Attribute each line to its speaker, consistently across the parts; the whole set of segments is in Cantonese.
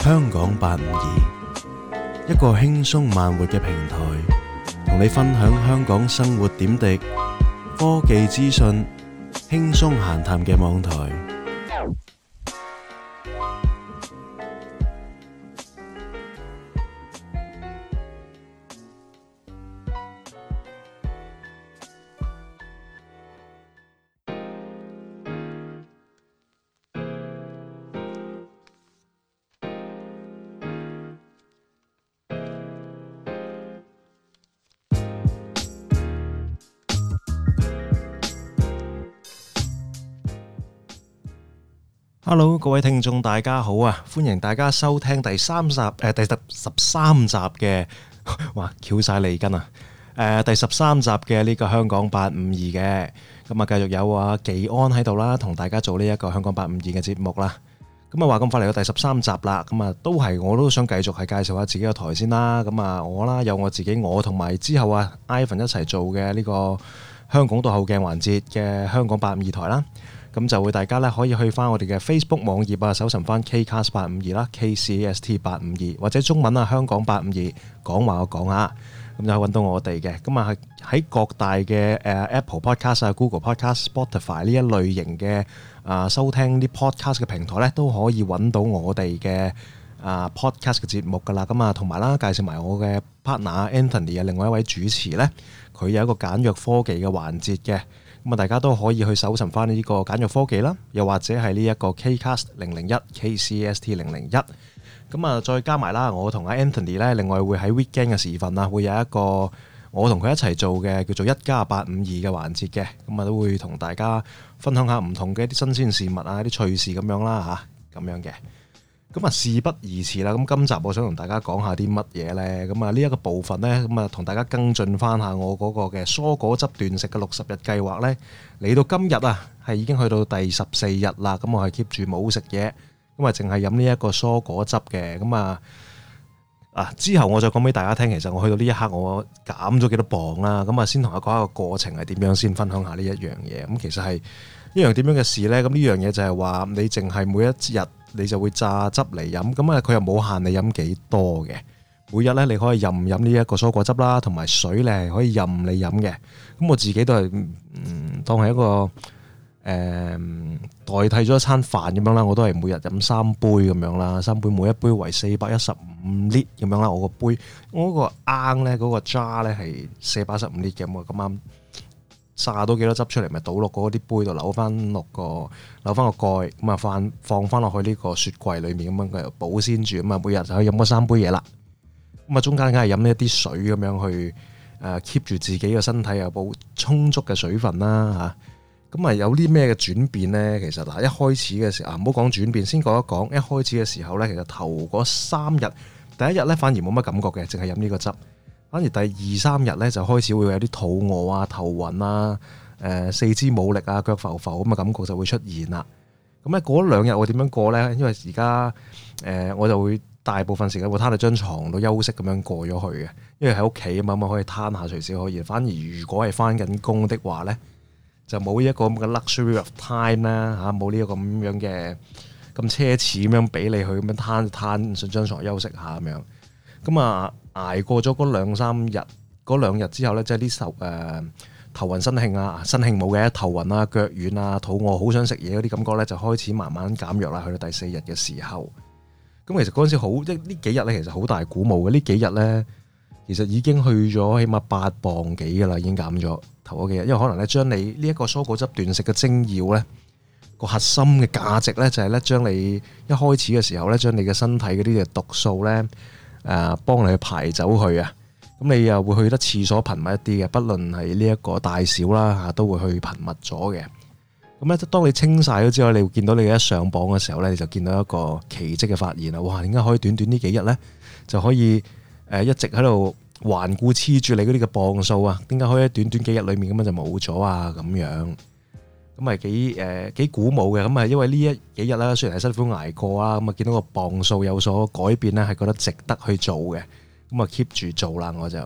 Speaker 1: 香港八五二，一個輕鬆慢活嘅平台，同你分享香港生活點滴、科技資訊、輕鬆閒談嘅網台。Hello，各位聽眾大家好啊！歡迎大家收聽第三集誒、呃第十十三集嘅， 哇翹晒脷根啊！誒、第十三集嘅呢個香港八五二嘅，咁啊繼續有啊技安喺度啦，同大家做呢一個香港八五二嘅節目啦。咁啊話咁快嚟到第十三集啦，咁啊都係我都想繼續係介紹下自己個台先啦。咁啊我啦有我自己我同埋之後啊 Ivan 一齊做嘅呢個香港倒後鏡環節嘅香港八五二台啦。咁就會大家咧可以去翻我哋嘅 Facebook 網頁啊，搜尋翻 Kcast 八五二啦，KCST 八五二或者中文啊香港八五二講話我講下，咁就可以揾到我哋嘅。咁啊喺各大嘅誒 Apple Podcast 啊、Google Podcast、Spotify 呢一類型嘅啊收聽啲 podcast 嘅平台咧，都可以揾到我哋嘅。啊 podcast 嘅節目㗎啦，咁啊同埋啦，介紹埋我嘅 partner Anthony 啊，另外一位主持呢，佢有一個簡約科技嘅環節嘅，咁啊大家都可以去搜尋翻呢個簡約科技啦，又或者係呢一個 Kcast 零零一 KCST 零零一，咁啊再加埋啦，我同阿 Anthony 呢，另外會喺 weekend 嘅時分啊，會有一個。我同佢一齊做嘅叫做一加八五二嘅環節嘅，咁啊都會同大家分享下唔同嘅一啲新鮮事物啊、一啲趣事咁樣啦嚇，咁樣嘅。咁啊，事不宜遲啦。咁今集我想同大家講下啲乜嘢呢？咁啊，呢一個部分呢，咁啊，同大家跟進翻下我嗰個嘅蔬果汁斷食嘅六十日計劃呢。嚟到今日啊，係已經去到第十四日啦。咁我係 keep 住冇食嘢，咁啊，淨係飲呢一個蔬果汁嘅。咁啊，啊之後我再講俾大家聽，其實我去到呢一刻，我減咗幾多磅啦。咁啊，先同我講下個過程係點樣，先分享下呢一樣嘢。咁其實係。一樣點樣嘅事呢？咁呢樣嘢就係話你淨係每一日你就會榨汁嚟飲，咁啊佢又冇限你飲幾多嘅。每日呢，你可以任飲呢一個蔬果汁啦，同埋水你係可以任你飲嘅。咁我自己都係嗯當係一個誒、嗯代替咗一餐飯咁樣啦，我都係每日飲三杯咁樣啦，三杯每一杯為四百一十五 lit 咁樣啦。我個杯我嗰個罌呢，嗰、個 jar 呢係四百一十五 lit 嘅，咁啊咁啱。炸到幾多汁出嚟，咪倒落嗰啲杯度，扭翻落個扭翻個蓋，咁啊放放翻落去呢個雪櫃裏面咁樣，佢又保鮮住，咁啊每日就可以飲嗰三杯嘢啦。咁啊中間梗係飲一啲水咁樣去誒 keep 住自己嘅身體有補充足嘅水分啦嚇。咁啊有啲咩嘅轉變呢？其實嗱，一開始嘅時候啊，唔好講轉變，先講一講一開始嘅時候呢，其實頭嗰三日，第一日呢反而冇乜感覺嘅，淨係飲呢個汁。反而第二三日咧就開始會有啲肚餓啊、頭暈啊、誒、四肢冇力啊、腳浮浮咁嘅感覺就會出現啦。咁咧嗰兩日我點樣過呢？因為而家誒我就會大部分時間會攤喺張床度休息咁樣過咗去嘅，因為喺屋企啊嘛，咁可以攤下隨時可以。反而如果係翻緊工的話呢，就冇呢一個咁嘅 luxury of time 啦嚇，冇呢一個咁樣嘅咁奢侈咁樣俾你去咁樣攤攤上張床休息下咁樣。咁啊，捱過咗嗰兩三日，嗰兩日之後呢，即係啲頭誒頭暈身興啊，身興冇嘅，頭暈啊、腳軟啊、肚餓、好想食嘢嗰啲感覺呢，就開始慢慢減弱啦。去到第四日嘅時候，咁其實嗰陣時好，即呢幾日呢，其實好大鼓舞嘅。呢幾日呢，其實已經去咗起碼八磅幾噶啦，已經減咗頭嗰幾日，因為可能呢，將你呢一個蔬果汁斷食嘅精要呢。個核心嘅價值呢，就係呢，將你一開始嘅時候呢，將你嘅身體嗰啲嘅毒素呢。誒幫你去排走佢啊。咁你又會去得廁所頻密一啲嘅，不論係呢一個大小啦嚇，都會去頻密咗嘅。咁咧，當你清晒咗之後，你會見到你一上磅嘅時候咧，你就見到一個奇蹟嘅發現啦！哇，點解可以短短呢幾日咧，就可以誒、呃一直喺度頑固黐住你嗰啲嘅磅數啊？點解可以喺短短幾日裡面咁樣就冇咗啊？咁樣咁咪幾誒、呃、幾鼓舞嘅，咁啊因為呢一幾日啦，雖然係辛苦捱過啊，咁啊見到個磅數有所改變咧，係覺得值得去做嘅，咁啊 keep 住做啦，我就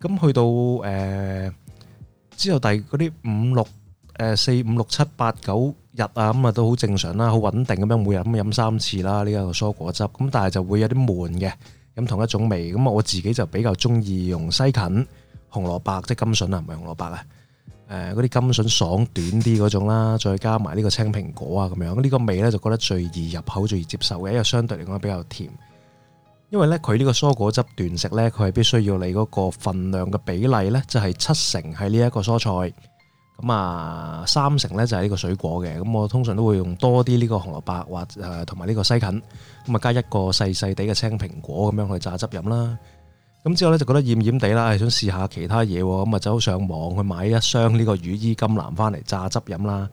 Speaker 1: 咁去到誒、呃呃之後第嗰啲五六誒四五六七八九日啊，咁啊都好正常啦，好穩定咁樣每日咁飲三次啦，呢、一個蔬果汁，咁但係就會有啲悶嘅，飲同一種味，咁我自己就比較中意用西芹、紅蘿蔔，即係甘筍啊，唔係紅蘿蔔啊，誒嗰啲甘筍爽短啲嗰種啦，再加埋呢個青蘋果啊咁樣，呢、個味咧就覺得最易入口、最易接受嘅，因為相對嚟講比較甜。因為咧，佢呢個蔬果汁斷食咧，佢係必須要你嗰個份量嘅比例咧，就係七成係呢一個蔬菜，咁啊三成咧就係呢個水果嘅。咁我通常都會用多啲呢個紅蘿蔔或誒同埋呢個西芹，咁啊加一個細細地嘅青蘋果咁樣去榨汁飲啦。咁之後咧就覺得厭厭地啦，唉想試下其他嘢喎，咁啊走上網去買一箱呢個羽衣甘藍翻嚟榨汁飲啦。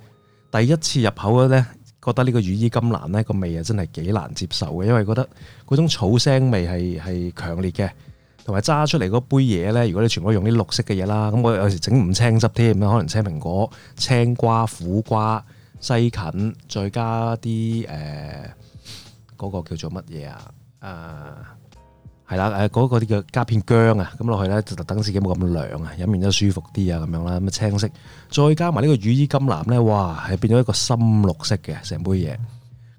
Speaker 1: 第一次入口咧，覺得呢個羽衣甘藍呢個味啊真係幾難接受嘅，因為覺得嗰種草腥味係係強烈嘅，同埋揸出嚟嗰杯嘢呢，如果你全部用啲綠色嘅嘢啦，咁我有時整唔青汁添，可能青蘋果、青瓜、苦瓜、西芹，再加啲誒呃嗰個叫做乜嘢啊？誒、係啦，誒嗰個啲叫加片薑啊，咁落去咧就特登自己冇咁涼啊，飲完之後舒服啲啊咁樣啦，咁啊青色，再加埋呢個羽衣甘藍咧，哇係變咗一個深綠色嘅成杯嘢，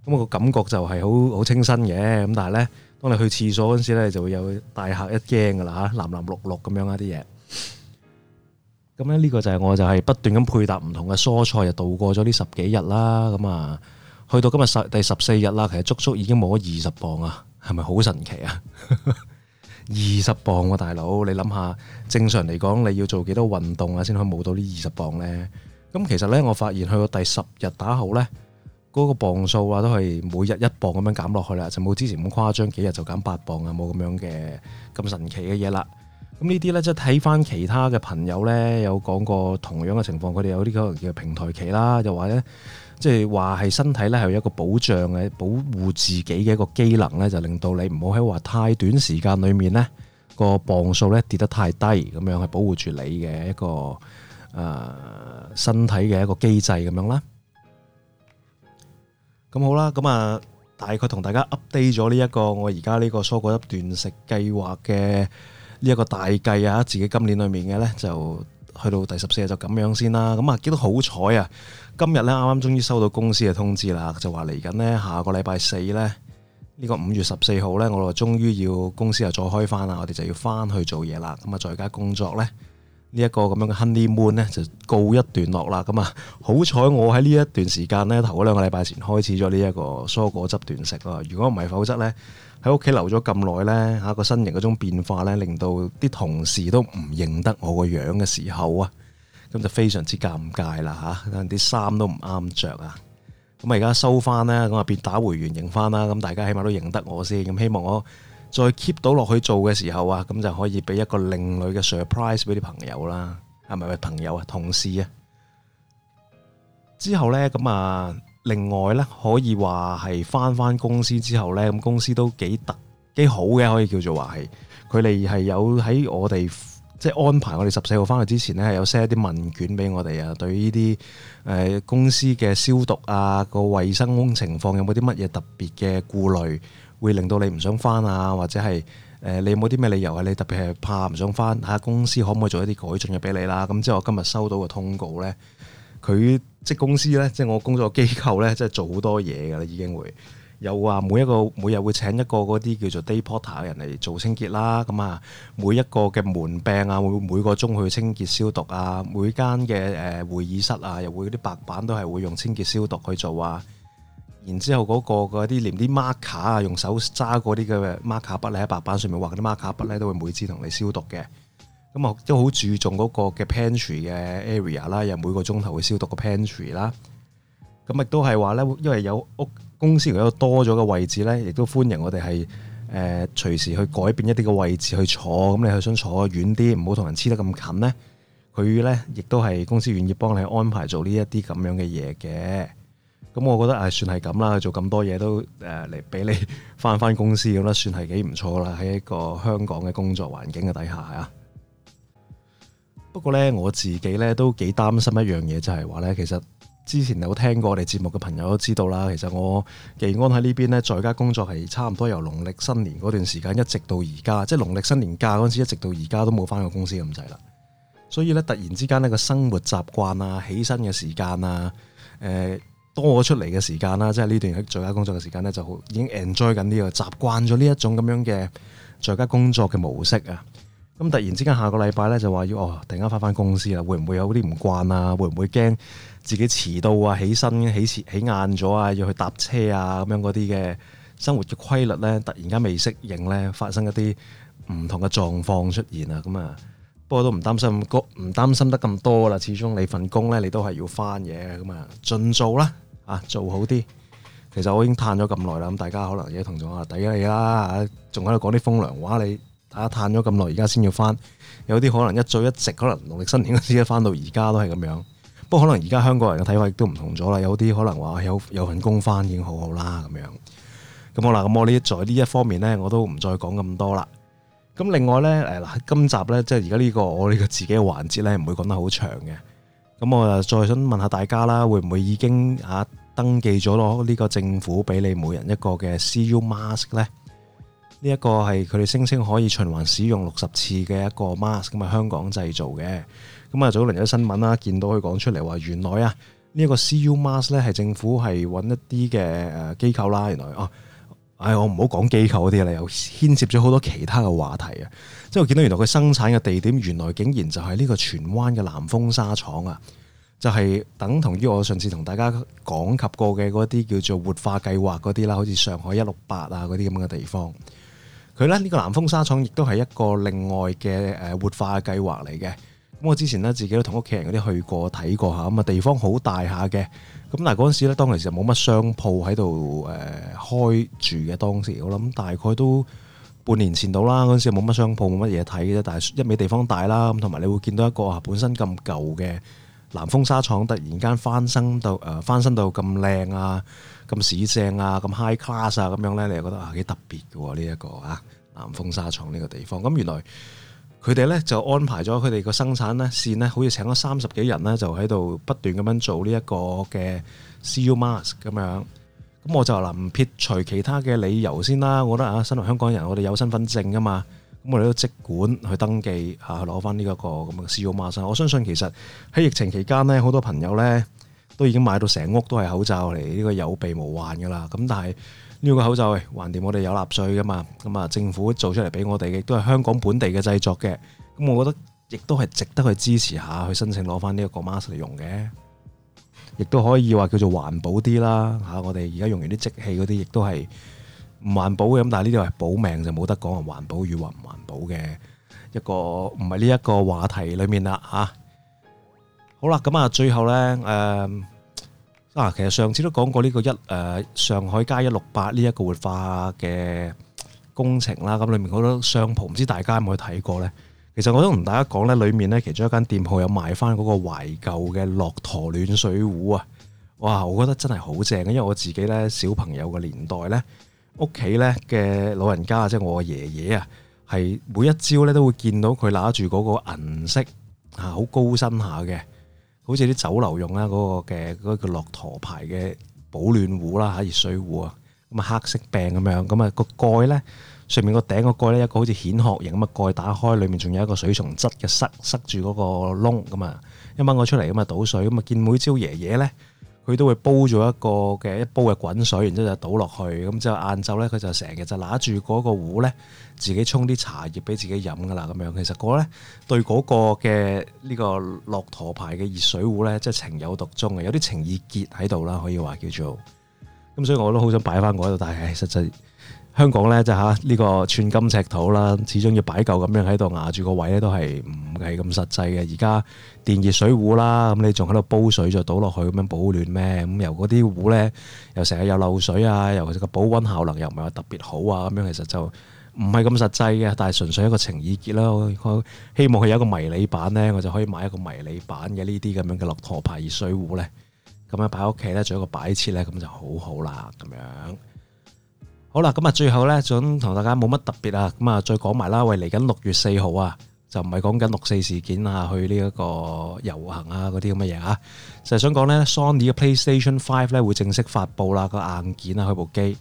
Speaker 1: 咁個感覺就係好好清新嘅，咁但係咧，當你去廁所嗰陣時咧，就會有大嚇一驚噶啦嚇，藍藍綠綠咁樣啊啲嘢。咁咧呢個就係我就係不斷咁配搭唔同嘅蔬菜，就度過咗呢十幾日啦，咁啊去到今日十第十四日啦，其實足足已經冇咗二十磅啊，係咪好神奇啊？二十磅喎、大佬，你諗下，正常嚟講，你要做幾多運動啊，先可以冇到呢二十磅呢？咁其實呢，我發現去到第十日打後呢，嗰、個磅數啊，都係每日一磅咁樣減落去啦，就冇之前咁誇張，幾日就減八磅啊，冇咁樣嘅咁神奇嘅嘢啦。咁呢啲呢，即係睇翻其他嘅朋友呢，有講過同樣嘅情況，佢哋有啲可能叫平台期啦，又或者即係話係身體呢，係有一個保障嘅保護自己嘅一個機能呢，就令到你唔好喺話太短時間裡面呢個磅數呢跌得太低，咁樣係保護住你嘅一個誒、呃身體嘅一個機制咁樣啦。咁好啦，咁啊大概同大家 update 咗呢一個我而家呢個蔬果汁斷食計劃嘅。呢一個大計啊，自己今年裏面嘅呢，就去到第十四日就咁樣先啦。咁啊，幾都好彩啊！今日呢，啱啱終於收到公司嘅通知啦，就話嚟緊呢，下個禮拜四呢，呢、個五月十四號呢，我就終於要公司又再開翻啦，我哋就要翻去做嘢啦。咁啊，再加工作呢，呢、一個咁樣嘅 honeymoon 呢，就告一段落啦。咁啊，好彩我喺呢一段時間呢，頭嗰兩個禮拜前開始咗呢一個蔬果汁斷食啊。如果唔係，否則呢。喺屋企留咗咁耐呢，嚇個身形嗰種變化呢，令到啲同事都唔認得我個樣嘅時候啊，咁就非常之尷尬啦嚇，啲衫都唔啱着啊。咁啊而家收翻啦，咁啊變打回原形翻啦，咁大家起碼都認得我先。咁希望我再 keep 到落去做嘅時候啊，咁就可以俾一個另類嘅 surprise 俾啲朋友啦，啊唔係唔係朋友啊，同事啊。之後呢，咁啊，另外呢，可以話係翻翻公司之後呢，咁公司都幾特幾好嘅，可以叫做話係佢哋係有喺我哋即係安排我哋十四號翻去之前呢，係有 send 一啲問卷俾我哋啊，對呢啲誒公司嘅消毒啊、個衞生情況有冇啲乜嘢特別嘅顧慮，會令到你唔想翻啊，或者係。誒，你有冇啲咩理由啊？你特別係怕唔想翻，睇下公司可唔可以做一啲改進嘅俾你啦。咁之後我今日收到個通告呢，佢即係公司咧，即係我工作機構咧，即係做好多嘢㗎啦，已經會有話每一個每日會請一個嗰啲叫做 day porter 嘅人嚟做清潔啦，咁啊每一個嘅門柄啊，會每個鐘去清潔消毒啊，每間嘅誒會議室啊，又會啲白板都係會用清潔消毒去做啊。然之後嗰、個嗰啲連啲 marker 啊，用手揸嗰啲嘅 marker 筆咧，喺白板上面畫嗰啲 marker 筆咧，都會每支同你消毒嘅。咁啊都好注重嗰個嘅 pantry 嘅 area 啦，又每個鐘頭會消毒個 pantry 啦。咁亦都係話咧，因為有屋公司如果有多咗嘅位置咧，亦都歡迎我哋係誒隨時去改變一啲嘅位置去坐。咁你係想坐遠啲，唔好同人黐得咁近咧，佢咧亦都係公司願意幫你安排做呢一啲咁樣嘅嘢嘅。咁我覺得啊，算係咁啦，做咁多嘢都誒嚟俾你翻翻公司咁啦，算係幾唔錯啦，喺一個香港嘅工作環境嘅底下啊。不過呢，我自己呢都幾擔心一樣嘢，就係話呢，其實之前有聽過我哋節目嘅朋友都知道啦，其實我技安喺呢邊呢，在家工作係差唔多由農曆新年嗰段時間一直到而家，即係農曆新年假嗰陣時，一直到而家都冇翻過公司咁滯啦。所以呢，突然之間呢個生活習慣啊、起身嘅時間啊、誒、多咗出嚟嘅時間啦，即係呢段喺在家工作嘅時間咧，就好已經 enjoy 緊呢個習慣咗呢一種咁樣嘅在家工作嘅模式啊。咁突然之間下個禮拜咧就話要哦，突然間翻返公司啦，會唔會有啲唔慣啊？會唔會驚自己遲到啊？起身起遲起晏咗啊？要去搭車啊？咁樣嗰啲嘅生活嘅規律咧，突然間未適應咧，發生一啲唔同嘅狀況出現啊！咁啊，不過都唔擔心咁多唔擔心得咁多啦。始終你份工咧，你都係要翻嘢咁啊，盡做啦啊，做好啲。其實我已經嘆咗咁耐啦，咁大家可能而家同咗啊，抵你啦，仲喺度講啲風涼話你。啊！嘆咗咁耐，而家先要翻，有啲可能一早一直，可能農曆新年嗰時一翻到而家都係咁樣。 不過可能而家香港人嘅睇法亦都唔同咗啦，有啲可能話有有份工翻已經好好啦咁樣。咁好啦，咁我呢在呢一方面呢，我都唔再講咁多啦。咁另外呢，誒嗱，今集呢，即係而家呢個我呢個自己嘅環節呢，唔會講得好長嘅。咁我就再想問下大家啦，會唔會已經啊登記咗攞呢個政府俾你每人一個嘅 CU mask 呢？呢一個係佢哋聲稱可以循環使用六十次嘅一個 mask，咁啊香港製造嘅。咁啊早輪有新聞啦，見到佢講出嚟話，原來啊呢一個 CU mask 咧係政府係揾一啲嘅誒機構啦，原來哦，唉、哎、我唔好講機構嗰啲啦，又牽涉咗好多其他嘅話題啊。即係我見到原來佢生產嘅地點原來竟然就係呢個荃灣嘅南豐紗廠啊，就係、是、等同於我上次同大家講及過嘅嗰啲叫做活化計劃嗰啲啦，好似上海一六八啊嗰啲咁嘅地方。佢咧呢個南豐紗廠亦都係一個另外嘅誒活化計劃嚟嘅。咁我之前咧自己都同屋企人嗰啲去過睇過下，咁啊地方好大下嘅。咁但係嗰陣時咧，當其時冇乜商鋪喺度誒開住嘅。當時我諗大概都半年前到啦，嗰陣時冇乜商鋪冇乜嘢睇嘅啫。但係一味地方大啦，咁同埋你會見到一個啊本身咁舊嘅南豐紗廠，突然間翻新到誒、呃、翻新到咁靚啊！咁市正啊，咁 high class 啊，咁樣呢，你又覺得啊幾特別嘅喎呢一個啊南豐紗廠呢個地方。咁原來佢哋呢就安排咗佢哋個生產呢線呢，好似請咗三十幾人呢，就喺度不斷咁樣做呢一個嘅 CU mask 咁樣。咁我就嗱唔撇除其他嘅理由先啦，我覺得啊，身為香港人，我哋有身份證噶嘛，咁我哋都即管去登記嚇攞翻呢一個咁嘅 CU mask。我相信其實喺疫情期間呢，好多朋友呢，都已經買到成屋都係口罩嚟，呢個有備無患噶啦。咁但係呢個口罩，喂，橫掂我哋有納稅噶嘛，咁啊政府做出嚟俾我哋嘅，亦都係香港本地嘅製作嘅。咁我覺得亦都係值得去支持下，去申請攞翻呢一個 mask 嚟用嘅，亦都可以話叫做環保啲啦嚇。我哋而家用完啲即棄嗰啲，亦都係唔環保嘅。咁但係呢啲係保命就冇得講，環保與環唔環保嘅一個唔係呢一個話題裡面啦嚇。好啦，咁啊，最後呢，誒、嗯、啊，其實上次都講過呢個一誒、呃、上海街一六八呢一個活化嘅工程啦，咁裏面好多商鋪，唔知大家有冇去睇過呢？其實我都同大家講呢，裏面呢，其中一間店鋪有賣翻嗰個懷舊嘅駱駝暖水壺啊！哇，我覺得真係好正嘅，因為我自己呢，小朋友嘅年代呢，屋企呢嘅老人家即係我爺爺啊，係每一朝呢都會見到佢拿住嗰個銀色啊，好高身下嘅。好似啲酒樓用啦，嗰個嘅嗰個駱駝牌嘅保暖壺啦嚇，熱水壺啊，咁啊黑色柄咁樣，咁啊個蓋咧上面個頂個蓋咧一個好似蜆殼形咁嘅啊蓋打開，裡面仲有一個水松質嘅塞塞住嗰個窿咁啊，一掹我出嚟咁啊倒水，咁啊見每朝爺爺咧佢都會煲咗一個嘅一煲嘅滾水，然之後就倒落去，咁之後晏晝咧佢就成日就揦住嗰個壺咧自己沖啲茶葉俾自己飲噶啦咁樣。其實我咧對嗰個嘅呢個駱駝牌嘅熱水壺咧，即係情有獨鍾嘅，有啲情意結喺度啦，可以話叫做。咁所以我都好想擺翻我喺度，但係實際香港咧就嚇呢個寸金尺土啦，始終要擺嚿咁樣喺度壓住個位咧，都係唔係咁實際嘅。而家電熱水壺啦，咁你仲喺度煲水就倒落去咁樣保暖咩？咁由嗰啲壺咧又成日有漏水啊，尤其是個保溫效能又唔係話特別好啊，咁樣其實就唔係咁實際嘅。但係純粹一個情意結啦，我希望佢有一個迷你版咧，我就可以買一個迷你版嘅呢啲咁樣嘅駱駝牌熱水壺咧。咁樣擺喺屋企咧，做一個擺設咧，咁就好好啦。咁樣好啦，咁啊，最後咧，想同大家冇乜特別啊，咁啊，再講埋啦。喂，嚟緊六月四號啊，就唔係講緊六四事件啊，去呢一個遊行啊，嗰啲咁嘅嘢啊，就係想講咧，Sony 嘅 PlayStation Five 咧會正式發布啦，個硬件啊，佢部機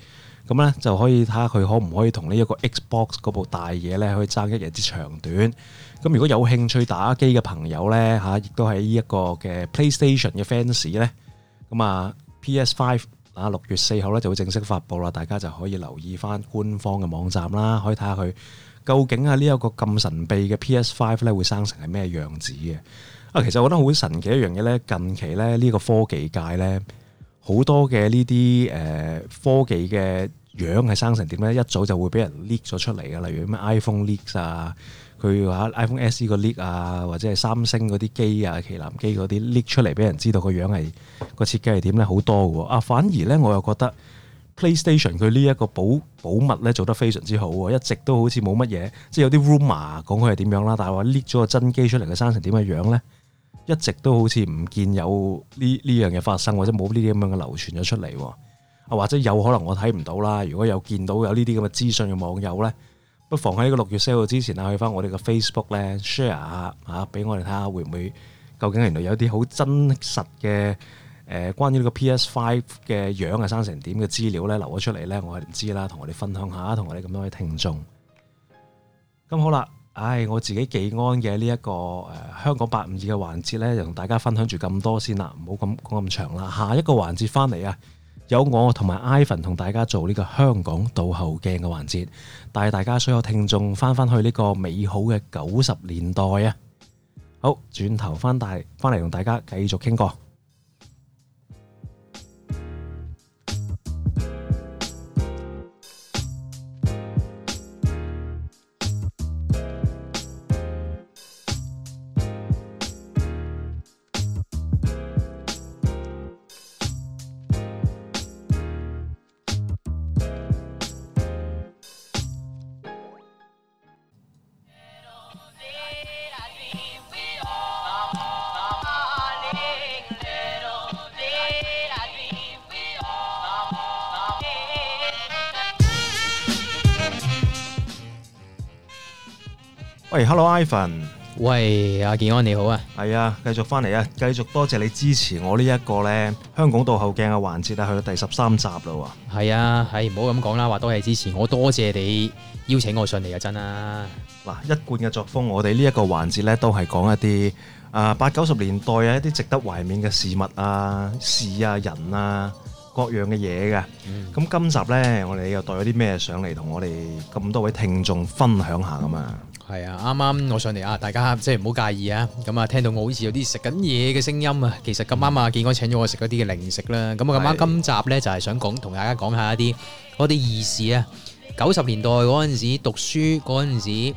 Speaker 1: 咁咧就可以睇下佢可唔可以同呢一個 Xbox 嗰部大嘢咧，可以爭一日之長短。咁如果有興趣打機嘅朋友咧嚇，亦都係呢一個嘅 PlayStation 嘅 fans 咧。咁啊， PS Five 啊，六月四號咧就會正式發布啦，大家就可以留意翻官方嘅網站啦，可以睇下佢究竟啊呢一個咁神秘嘅 PS Five 咧會生成係咩樣子嘅。啊，其實我覺得好神奇一樣嘢咧，近期咧呢個科技界咧好多嘅呢啲誒科技嘅樣係生成點咧，一早就會俾人 leak 咗出嚟嘅，例如咩 iPhone leaks 啊。佢話 iPhone SE 個 leak 啊，或者係三星嗰啲機啊、旗艦機嗰啲 leak 出嚟，俾人知道個樣係個設計係點咧，好多嘅喎。啊，反而咧我又覺得 PlayStation 佢呢一個保保密咧做得非常之好喎，一直都好似冇乜嘢，即係有啲 rumor 講佢係點樣啦，但係話 leak 咗個真機出嚟嘅生成點嘅樣咧，一直都好似唔見有呢呢樣嘢發生，或者冇呢啲咁樣嘅流傳咗出嚟喎。啊，或者有可能我睇唔到啦。如果有見到有呢啲咁嘅資訊嘅網友咧。不妨喺呢個六月四號之前啊，去翻我哋嘅 Facebook 咧 share 下嚇，俾我哋睇下會唔會究竟原來有啲好真實嘅誒、呃，關於呢個 PS Five 嘅樣啊生成點嘅資料咧流咗出嚟咧，我係唔知啦，同我哋分享下，同我哋咁多位聽眾。咁好啦，唉，我自己技安嘅呢一個誒、呃、香港八五二嘅環節咧，就同大家分享住咁多先啦，唔好咁講咁長啦。下一個環節翻嚟啊！有我同埋 Ivan 同大家做呢個香港倒後鏡嘅環節，帶大家所有聽眾翻返去呢個美好嘅九十年代啊！好，轉頭翻大翻嚟同大家繼續傾過。喂，Hello，Ivan，
Speaker 2: 喂，阿健安你好啊，
Speaker 1: 係啊，繼續翻嚟啊，繼續多謝你支持我呢一個呢香港倒後鏡嘅環節啊，去到第十三集啦喎。
Speaker 2: 係啊，係唔好咁講啦，話多謝支持，我多謝你邀請我上嚟啊，真啊，
Speaker 1: 嗱，一貫嘅作風，我哋呢一個環節呢，都係講一啲啊八九十年代啊一啲值得懷緬嘅事物啊、事啊、人啊各樣嘅嘢嘅。
Speaker 2: 嗯，
Speaker 1: 咁今集呢，我哋又帶咗啲咩上嚟同我哋咁多位聽眾分享下咁啊？
Speaker 2: 係啊，啱啱我上嚟啊，大家即係唔好介意啊，咁啊聽到我好似有啲食緊嘢嘅聲音啊，其實咁啱啊，健安請咗我食嗰啲嘅零食啦，咁啊咁
Speaker 1: 係
Speaker 2: 啱今集咧就係想講同大家講下一啲我哋兒時啊，九十年代嗰陣時讀書嗰陣時。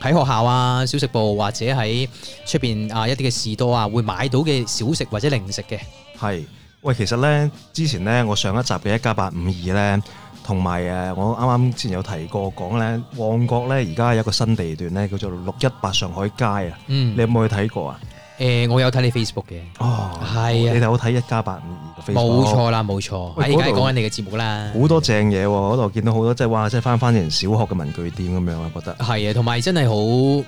Speaker 2: 喺學校啊、小食部或者喺出邊啊一啲嘅士多啊，會買到嘅小食或者零食嘅，
Speaker 1: 係，喂，其實呢，之前呢，我上一集嘅一家八五二呢，同埋誒，我啱啱之前有提過講呢，旺角呢而家有一個新地段呢，叫做六一八上海街啊，
Speaker 2: 嗯
Speaker 1: 你，有冇去睇過啊？
Speaker 2: 誒、呃我有睇你 Facebook 嘅，
Speaker 1: 哦，
Speaker 2: 係啊
Speaker 1: 你哋好睇一家八五二嘅 Facebook，
Speaker 2: 冇錯啦，冇錯。
Speaker 1: 喂
Speaker 2: 喺而家
Speaker 1: 嗰度
Speaker 2: 講緊你嘅節目啦，
Speaker 1: 好多正嘢喎，嗰度見到好多即係哇，即係翻翻人小學嘅文具店咁樣啊，覺得
Speaker 2: 係啊，同埋真係好。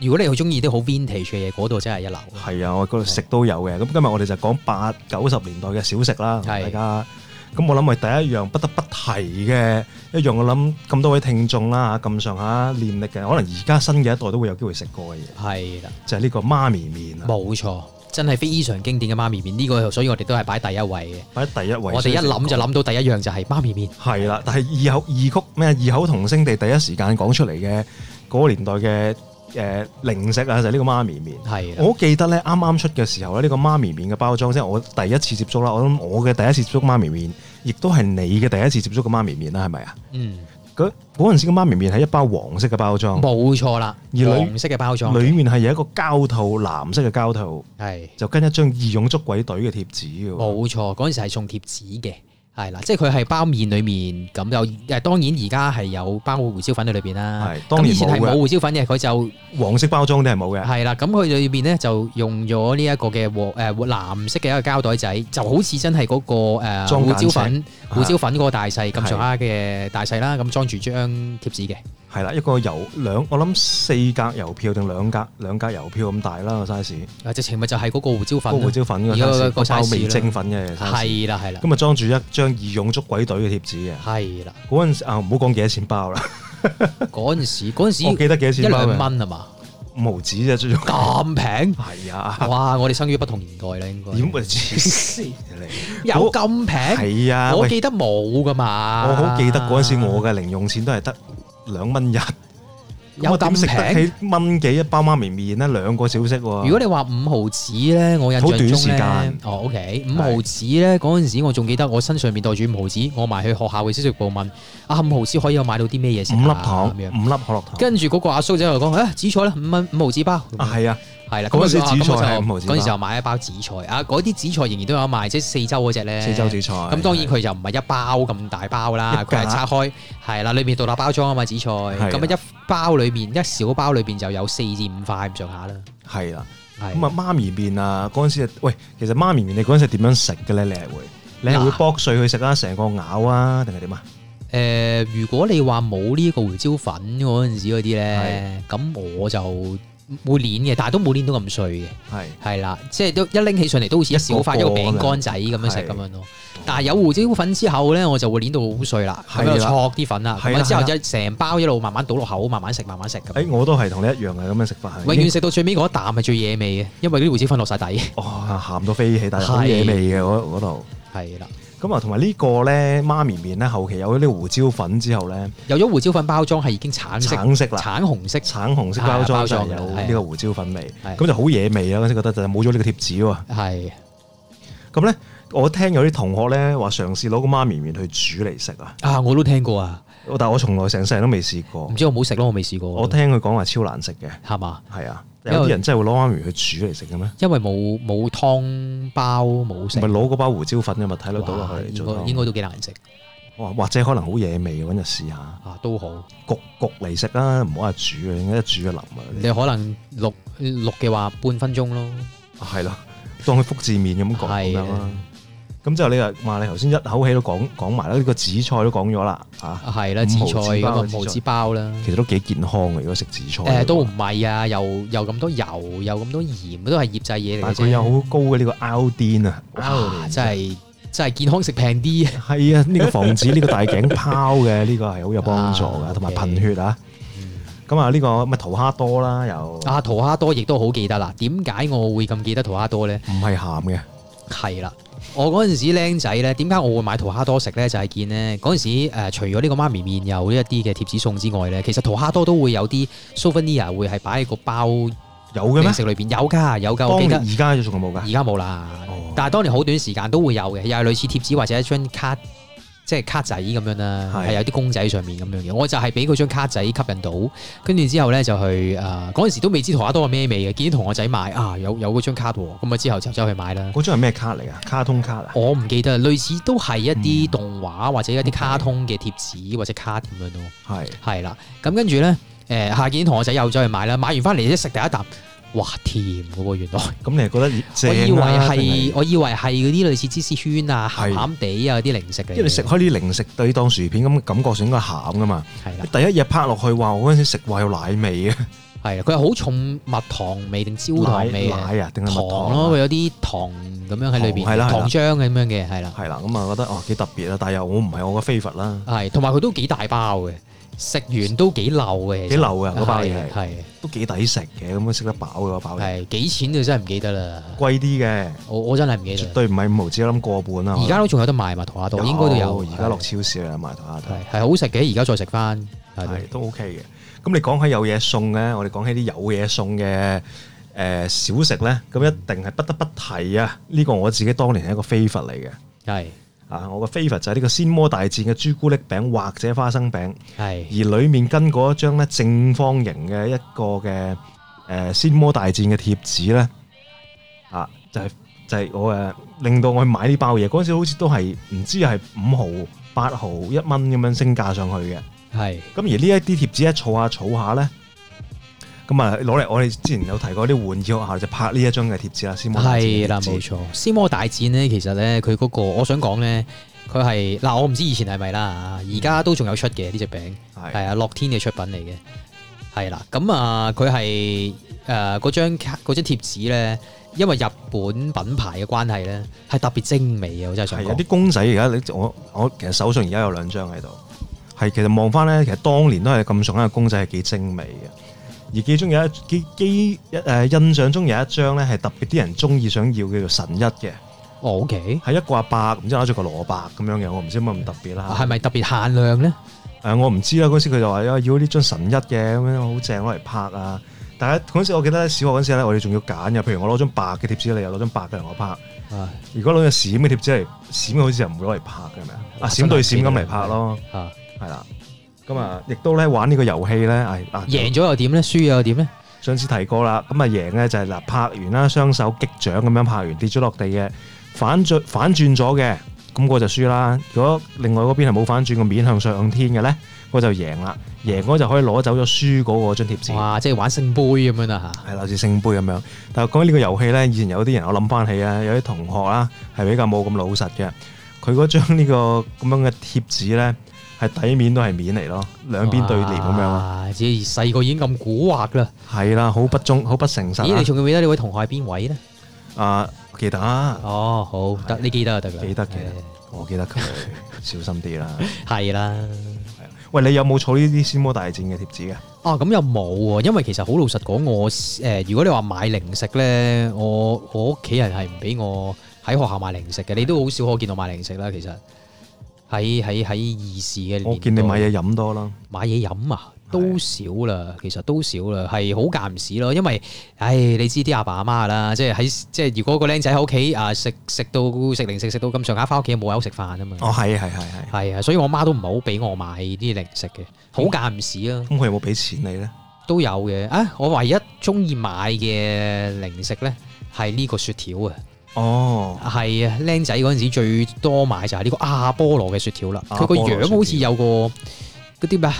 Speaker 2: 如果你好中意啲好 vintage 嘅嘢，嗰度真係一流。
Speaker 1: 係啊，我嗰度食都有嘅。咁今日我哋就講八九十年代嘅小食啦，大
Speaker 2: 係
Speaker 1: 家。咁我諗係第一樣不得不提嘅一樣，我諗咁多位聽眾啦嚇，咁上下年歷嘅，可能而家新嘅一代都會有機會食過嘅嘢，
Speaker 2: 係啦，
Speaker 1: 就係呢個媽咪麵啊，
Speaker 2: 冇錯，真係非常經典嘅媽咪麵。呢、個所以我哋都係擺第一位嘅。
Speaker 1: 擺喺第一位。
Speaker 2: 我哋一諗就
Speaker 1: 所以先講
Speaker 2: 諗到第一樣就係媽咪麵。
Speaker 1: 係啦，但係異口異曲咩異口同聲地第一時間講出嚟嘅嗰個年代嘅誒、呃零食啊，就係呢個媽咪麵。
Speaker 2: 係啦，
Speaker 1: 我記得咧，啱啱出嘅時候咧，呢、個媽咪麵嘅包裝，即係我第一次接觸啦。我諗我嘅第一次接觸媽咪麵，亦都係你嘅第一次接觸嘅媽咪麵啦，係咪啊？
Speaker 2: 嗯，
Speaker 1: 嗰嗰陣時嘅媽咪麵係一包黃色嘅包裝，
Speaker 2: 冇錯啦，
Speaker 1: 哦而裏
Speaker 2: 黃色嘅包裝
Speaker 1: 裡面係有一個膠套，藍色嘅膠套，
Speaker 2: 係。
Speaker 1: 就跟一張義勇捉鬼隊嘅貼紙嘅喎。
Speaker 2: 冇錯，嗰陣時係送貼紙嘅，係啦，即係佢係包面裡面咁有誒，當然而家係有包胡椒粉喺裏邊啦。
Speaker 1: 係當
Speaker 2: 啊咁
Speaker 1: 然
Speaker 2: 以前係
Speaker 1: 冇
Speaker 2: 冇
Speaker 1: 嘅，
Speaker 2: 胡椒粉嘅，佢就
Speaker 1: 黃色包裝啲係冇嘅。
Speaker 2: 係啦。咁佢裏邊咧就用咗呢一個嘅黃誒藍色嘅一個膠袋仔，就好似真係嗰個誒
Speaker 1: 裝
Speaker 2: 胡椒
Speaker 1: 簡
Speaker 2: 粉
Speaker 1: 啊
Speaker 2: 胡椒粉嗰個大
Speaker 1: 係
Speaker 2: 細咁上下嘅大細啦，咁裝住張貼紙嘅。
Speaker 1: 係啦，一個郵兩，我諗四格郵票定兩格兩格郵票咁大啦個 size，
Speaker 2: 啊，直情咪就係嗰個胡椒
Speaker 1: 個
Speaker 2: 粉
Speaker 1: 胡
Speaker 2: 咯。
Speaker 1: 椒粉嘅
Speaker 2: 而家
Speaker 1: size，個
Speaker 2: 個
Speaker 1: 包
Speaker 2: size
Speaker 1: 味
Speaker 2: 啦
Speaker 1: 精粉嘅 size，
Speaker 2: 係啦，係啦，
Speaker 1: 咁啊裝住一張義勇捉鬼隊嘅貼紙嘅。啊
Speaker 2: 係啦。
Speaker 1: 嗰陣時啊，唔好講幾多錢包啦，
Speaker 2: 嗰陣時嗰陣
Speaker 1: 我
Speaker 2: 時
Speaker 1: 記得幾多
Speaker 2: 一
Speaker 1: 錢包
Speaker 2: 兩
Speaker 1: 嘅
Speaker 2: 蚊係嘛？
Speaker 1: 五毫紙啫，最終
Speaker 2: 咁平？
Speaker 1: 係啊，
Speaker 2: 哇！我哋生於不同年代啦，應該。
Speaker 1: 點會黐線你？
Speaker 2: 有咁平？
Speaker 1: 係啊，
Speaker 2: 我
Speaker 1: 喂，
Speaker 2: 記得冇噶嘛。
Speaker 1: 我好記得嗰陣時，我嘅零用錢都係得兩蚊一，咁
Speaker 2: 有
Speaker 1: 我點食
Speaker 2: 咁
Speaker 1: 得
Speaker 2: 平。
Speaker 1: 起蚊幾一包媽咪面咧？兩個小息喎。
Speaker 2: 如果你話五毫子咧，我印象
Speaker 1: 啊好短
Speaker 2: 中
Speaker 1: 時
Speaker 2: 咧
Speaker 1: 間，
Speaker 2: 哦，OK，五毫子咧嗰陣時，我仲記得我身上面袋住五毫子，我埋去學校嘅小食部問啊，五毫子可以有買到啲咩嘢食啊
Speaker 1: 五粒糖，
Speaker 2: 咁樣
Speaker 1: 五粒可樂糖。
Speaker 2: 跟住嗰個阿叔仔就講：，啊，紫菜啦，五蚊五毫子包。
Speaker 1: 啊，係啊，
Speaker 2: 係啦，
Speaker 1: 嗰陣時
Speaker 2: 咁我就
Speaker 1: 紫菜
Speaker 2: 咁我就
Speaker 1: 係五毫子包
Speaker 2: 嗰陣時就買一包紫菜啊，嗰啲紫菜仍然都有賣，即係四周嗰只咧。
Speaker 1: 四洲紫菜。
Speaker 2: 咁當然佢就唔係一包咁大包啦，
Speaker 1: 一格
Speaker 2: 佢係拆開，係啦，裏面獨立包裝啊嘛紫菜，
Speaker 1: 係
Speaker 2: 咁啊一包裏面一小包裏面就有四至五塊咁上下啦，
Speaker 1: 係啦。咁
Speaker 2: 係
Speaker 1: 啊，媽咪面啊，嗰陣時，喂，其實媽咪面你嗰陣時點樣食嘅咧？你係會，你係會
Speaker 2: 嗱
Speaker 1: 剝碎佢食啊，成個咬啊，定係點啊？
Speaker 2: 呃誒，如果你話冇呢個胡椒粉嗰陣時嗰啲咧，咁我就會攣嘅，但係都冇攣到咁碎嘅，
Speaker 1: 係
Speaker 2: 係啦，即係都一拎起上嚟都好似一小塊
Speaker 1: 一
Speaker 2: 一
Speaker 1: 個
Speaker 2: 個
Speaker 1: 個
Speaker 2: 餅乾仔咁樣食
Speaker 1: 係
Speaker 2: 咁樣咯。但係有胡椒粉之後咧，我就會攣到好碎啦，咁
Speaker 1: 係啦
Speaker 2: 就搓啲粉啦，
Speaker 1: 係
Speaker 2: 咁
Speaker 1: 啦哎
Speaker 2: 啊之後
Speaker 1: 係
Speaker 2: 就成包一路慢慢倒落口，慢慢食，慢慢食咁樣。
Speaker 1: 誒，我都係同你一樣嘅咁樣食法，係
Speaker 2: 永遠食到最尾嗰一啖係最野味嘅，因為嗰啲胡椒粉落晒底。
Speaker 1: 哦鹹到飛起，但係好嘢味嘅嗰嗰度。
Speaker 2: 係啦，
Speaker 1: 咁啊，同埋呢個咧媽咪面咧，後期有呢個胡椒粉之後咧，
Speaker 2: 有咗胡椒粉包裝係已經橙色、
Speaker 1: 橙色啦。
Speaker 2: 橙紅色，
Speaker 1: 橙紅色包裝
Speaker 2: 係
Speaker 1: 就
Speaker 2: 啊
Speaker 1: 係有
Speaker 2: 包裝嘅
Speaker 1: 呢個胡椒粉味，
Speaker 2: 係
Speaker 1: 咁就好野味啊啦。嗰陣時覺得就係冇咗呢個貼紙喎。
Speaker 2: 係
Speaker 1: 咁咧，我聽有啲同學咧話嘗試攞個媽咪面去煮嚟食啊，
Speaker 2: 啊，我都聽過啊，
Speaker 1: 但係我從來成世人都未試過
Speaker 2: 唔。知我冇食咯，我未試過。
Speaker 1: 哦我聽佢講話超難食嘅，
Speaker 2: 係嘛，
Speaker 1: 係啊，
Speaker 2: 因為
Speaker 1: 有啲人真係會攞媽咪去煮嚟食嘅咩？
Speaker 2: 因為冇冇湯包冇
Speaker 1: 唔
Speaker 2: 食
Speaker 1: 係，攞嗰包胡椒粉嘅物體咯，倒落
Speaker 2: 哇
Speaker 1: 去嚟
Speaker 2: 應
Speaker 1: 做
Speaker 2: 該
Speaker 1: 湯
Speaker 2: 應該都幾難食
Speaker 1: 哇或者可能好野味，揾日試下
Speaker 2: 啊，都好。
Speaker 1: 焗焗嚟食啦，唔好話煮啊，應該一煮就腍啊，
Speaker 2: 你可能淥淥嘅話半分鐘咯，
Speaker 1: 係咯，當佢福字面咁講咁
Speaker 2: 係啊
Speaker 1: 樣啦。咁之後你又話你頭先一口氣都講講埋啦，呢個紫菜都講咗啦，嚇，
Speaker 2: 係啦，
Speaker 1: 五
Speaker 2: 紫
Speaker 1: 毫
Speaker 2: 菜
Speaker 1: 子嗯包
Speaker 2: 咁啊，
Speaker 1: 嘅紫菜
Speaker 2: 無子包啦。
Speaker 1: 其實都幾健康嘅，如果食紫菜嘅話。
Speaker 2: 誒都唔係啊，又又咁多油，又咁多鹽，都係醃製嘢嚟嘅
Speaker 1: 但
Speaker 2: 啫
Speaker 1: 係佢。有好高嘅呢個 iodine 啊
Speaker 2: 哇！真係真係健康食平啲啊！
Speaker 1: 係啊，呢個防 止呢個大頸泡嘅呢個係好有幫助嘅，
Speaker 2: 啊
Speaker 1: 同埋
Speaker 2: OK
Speaker 1: 貧血啊。咁啊，呢個乜桃蝦多啦，又唔
Speaker 2: 啊，桃蝦多亦都好記得啦。點解我會咁記得桃蝦多呢？
Speaker 1: 係鹹嘅，
Speaker 2: 係啦，我嗰陣時僆仔呢，點解我會買桃蝦多食呢？就係、見呢嗰陣時誒、呃除咗呢個媽咪面有呢一啲嘅貼紙送之外呢，其實桃蝦多都會有啲 souvenir 會係擺喺個包
Speaker 1: 有嘅咩
Speaker 2: 零？食裏邊有㗎，有㗎，我記
Speaker 1: 當
Speaker 2: 得
Speaker 1: 年而家仲有冇
Speaker 2: 而
Speaker 1: 㗎？
Speaker 2: 家冇啦。
Speaker 1: 啊哦
Speaker 2: 但係當年好短時間都會有嘅，又係類似貼紙或者一張卡，即係卡仔咁樣啦，
Speaker 1: 係
Speaker 2: 係有啲公仔上面咁樣嘅。我就係俾嗰張卡仔吸引到，跟住之後咧就去誒呃嗰陣時都未知桃花多係咩味嘅，見啲同學仔買啊有有嗰張卡喎，咁啊之後就走去買啦。
Speaker 1: 嗰張係咩卡嚟㗎？卡通卡啊？
Speaker 2: 我唔記得，類似都係一啲
Speaker 1: 嗯
Speaker 2: 動畫或者一啲卡通嘅貼紙或者卡咁樣咯，
Speaker 1: 係
Speaker 2: 係啦。咁跟住咧誒下見啲同學仔又走去買啦，買完翻嚟一食第一啖，哇甜嘅喎原來。
Speaker 1: 咁，你係覺得
Speaker 2: 我以
Speaker 1: 正啊
Speaker 2: 為
Speaker 1: 啦
Speaker 2: 係，
Speaker 1: 定
Speaker 2: 我以為係嗰啲類似芝士圈啊、
Speaker 1: 係
Speaker 2: 鹹鹹地啊嗰啲零食嚟嘅。
Speaker 1: 因為你食開啲零食對當薯片咁，感覺上應該鹹㗎嘛。
Speaker 2: 係啊啦，
Speaker 1: 第一日拍落去，哇！我嗰陣時食話有奶味嘅，
Speaker 2: 係啦，佢係好重蜜糖味定焦糖
Speaker 1: 奶
Speaker 2: 味啊？
Speaker 1: 奶啊，定係
Speaker 2: 糖
Speaker 1: 蜜
Speaker 2: 咯，佢
Speaker 1: 啊？
Speaker 2: 有啲糖咁樣喺裏邊，
Speaker 1: 糖係啦係啦
Speaker 2: 糖漿咁樣嘅，係啦，
Speaker 1: 係啦，咁啊覺得哦幾特別啊，但係又我唔係我嘅 favorite 啦，
Speaker 2: 係同埋佢都幾大包嘅，食完都幾漏嘅，
Speaker 1: 幾流嘅嗰包嘢係，
Speaker 2: 係
Speaker 1: 都幾抵食嘅，咁樣食得飽嘅嗰包嘢，
Speaker 2: 係幾錢就真係唔記得啦，
Speaker 1: 貴啲嘅。
Speaker 2: 我我真係唔記
Speaker 1: 絕
Speaker 2: 得啦。
Speaker 1: 對唔係五毫子，我諗過半啦。
Speaker 2: 而家都仲有得賣嘛，桃花
Speaker 1: 可
Speaker 2: 多
Speaker 1: 能
Speaker 2: 應該都有，
Speaker 1: 而家落超市啦，賣到下頭
Speaker 2: 係係好食嘅，而家再食翻
Speaker 1: 係都 OK 嘅。咁你講起有嘢送咧，我哋講起啲有嘢送嘅誒小食咧，咁一定係不得不提啊！呢個我自己當年係一個 favorite 嚟嘅
Speaker 2: 係
Speaker 1: 啊！我個 favorite 就係呢個《仙魔大戰》嘅朱古力餅或者花生餅，
Speaker 2: 係
Speaker 1: 而裡面跟嗰一張咧正方形嘅一個嘅誒《仙魔大戰》嘅貼紙咧啊，就係、就係、我誒令到我去買呢包嘢嗰陣時，好似都係唔知係五毫、八毫、一蚊咁樣升價上去嘅。
Speaker 2: 係
Speaker 1: 咁而呢一啲貼紙一儲下儲下咧，咁啊攞嚟我哋之前有提過啲換要下就拍呢一張嘅貼紙啦，先冇
Speaker 2: 係啦，冇
Speaker 1: 冇
Speaker 2: 錯。仙魔大戰咧，其實咧佢嗰個，我想講咧，佢係嗱，我唔知以前係咪啦，而家都仲有出嘅呢只餅，
Speaker 1: 係
Speaker 2: 係啊，樂天嘅出品嚟嘅，係啦。咁啊，佢係誒嗰張卡嗰張貼紙咧，因為日本品牌嘅關係咧，係特別精美嘅，我真係想
Speaker 1: 係有啊
Speaker 2: 講
Speaker 1: 啲。公仔而家你我我其實手上而家有兩張喺度，係其實望翻咧，其實當年都係咁上下嘅公仔係幾精美嘅。而記中有一呃記記一誒印象中有一張咧係特別啲人中意想要叫做神一嘅，
Speaker 2: 哦，OK，
Speaker 1: 係一個阿伯，唔知攞咗個蘿蔔咁樣嘅，我唔知有乜咁特別啦。
Speaker 2: 啊係咪特別限量咧？
Speaker 1: 誒、我唔知啦，嗰時佢就話哎要要呢張神一嘅咁樣，好正攞嚟拍啊！但係嗰陣時我記得咧，小學嗰陣時咧，我哋仲要揀嘅，譬如我攞張白嘅貼紙嚟，又攞張白嘅嚟我拍。
Speaker 2: 啊
Speaker 1: 如果攞張閃嘅貼紙嚟，閃嘅好似就唔會攞嚟拍嘅，係咪啊？啊，閃對閃咁嚟拍咯，
Speaker 2: 啊，
Speaker 1: 係啦。咁啊，亦都咧玩呢個遊戲咧，係啊，
Speaker 2: 贏咗又點咧？輸又點咧？
Speaker 1: 上次提過啦，咁啊贏咧就係嗱拍完啦，雙手擊掌咁樣拍完跌咗落地嘅，反轉反轉咗嘅，咁我就輸啦。如果另外嗰邊係冇反轉個面向上天嘅咧，我就贏啦。贏嗰就可以攞走咗輸嗰個張貼紙，
Speaker 2: 哇！即係玩聖杯咁樣啦嚇。
Speaker 1: 係啦，好似聖杯咁樣。但係講起呢個遊戲咧，以前有啲人我諗翻起啊，有啲同學啦係比較冇咁老實嘅，佢嗰張呢個咁樣嘅貼紙咧係底面都係面嚟咯，兩邊對連咁樣啊，
Speaker 2: 啊！自己細個已經咁蠱惑啦。
Speaker 1: 係啦，好不忠，好不誠實
Speaker 2: 咦？你
Speaker 1: 啊
Speaker 2: 仲記唔記得呢位同學係邊位咧？
Speaker 1: 啊，記得啊。
Speaker 2: 哦，好得，你記得就得啦。
Speaker 1: 記得記得，我記得 佢小心啲啦。
Speaker 2: 誒係啦。
Speaker 1: 喂，你有冇儲呢啲《仙魔大戰》嘅貼紙嘅？
Speaker 2: 啊，咁又冇喎，因為其實好老實講，我誒、如果你話買零食咧，我我屋企人係唔俾我喺學校買零食嘅，你都好少可見到買零食啦。其實喺喺喺二市嘅年代，
Speaker 1: 我見你買嘢飲多啦，
Speaker 2: 買嘢飲啊，都少啦，其實都少啦，係好間唔時咯，因為，唉，你知啲阿爸阿媽㗎啦，即係喺即係如果個僆仔喺屋企啊食食到食零食食到咁上下，翻屋企冇有食飯啊嘛，
Speaker 1: 哦，係係係係。
Speaker 2: 係啊，所以我媽都唔係好俾我買啲零食嘅，好間唔時啊。
Speaker 1: 咁佢有冇俾錢你咧？
Speaker 2: 都有嘅。啊，我唯一中意買嘅零食咧，係呢個雪條啊，
Speaker 1: 哦，
Speaker 2: 係啊，僆仔嗰陣時最多買就係呢個阿波羅嘅雪條啦。
Speaker 1: 阿
Speaker 2: 佢個
Speaker 1: 波羅雪
Speaker 2: 樣
Speaker 1: 條
Speaker 2: 好似有個嗰啲咩，啊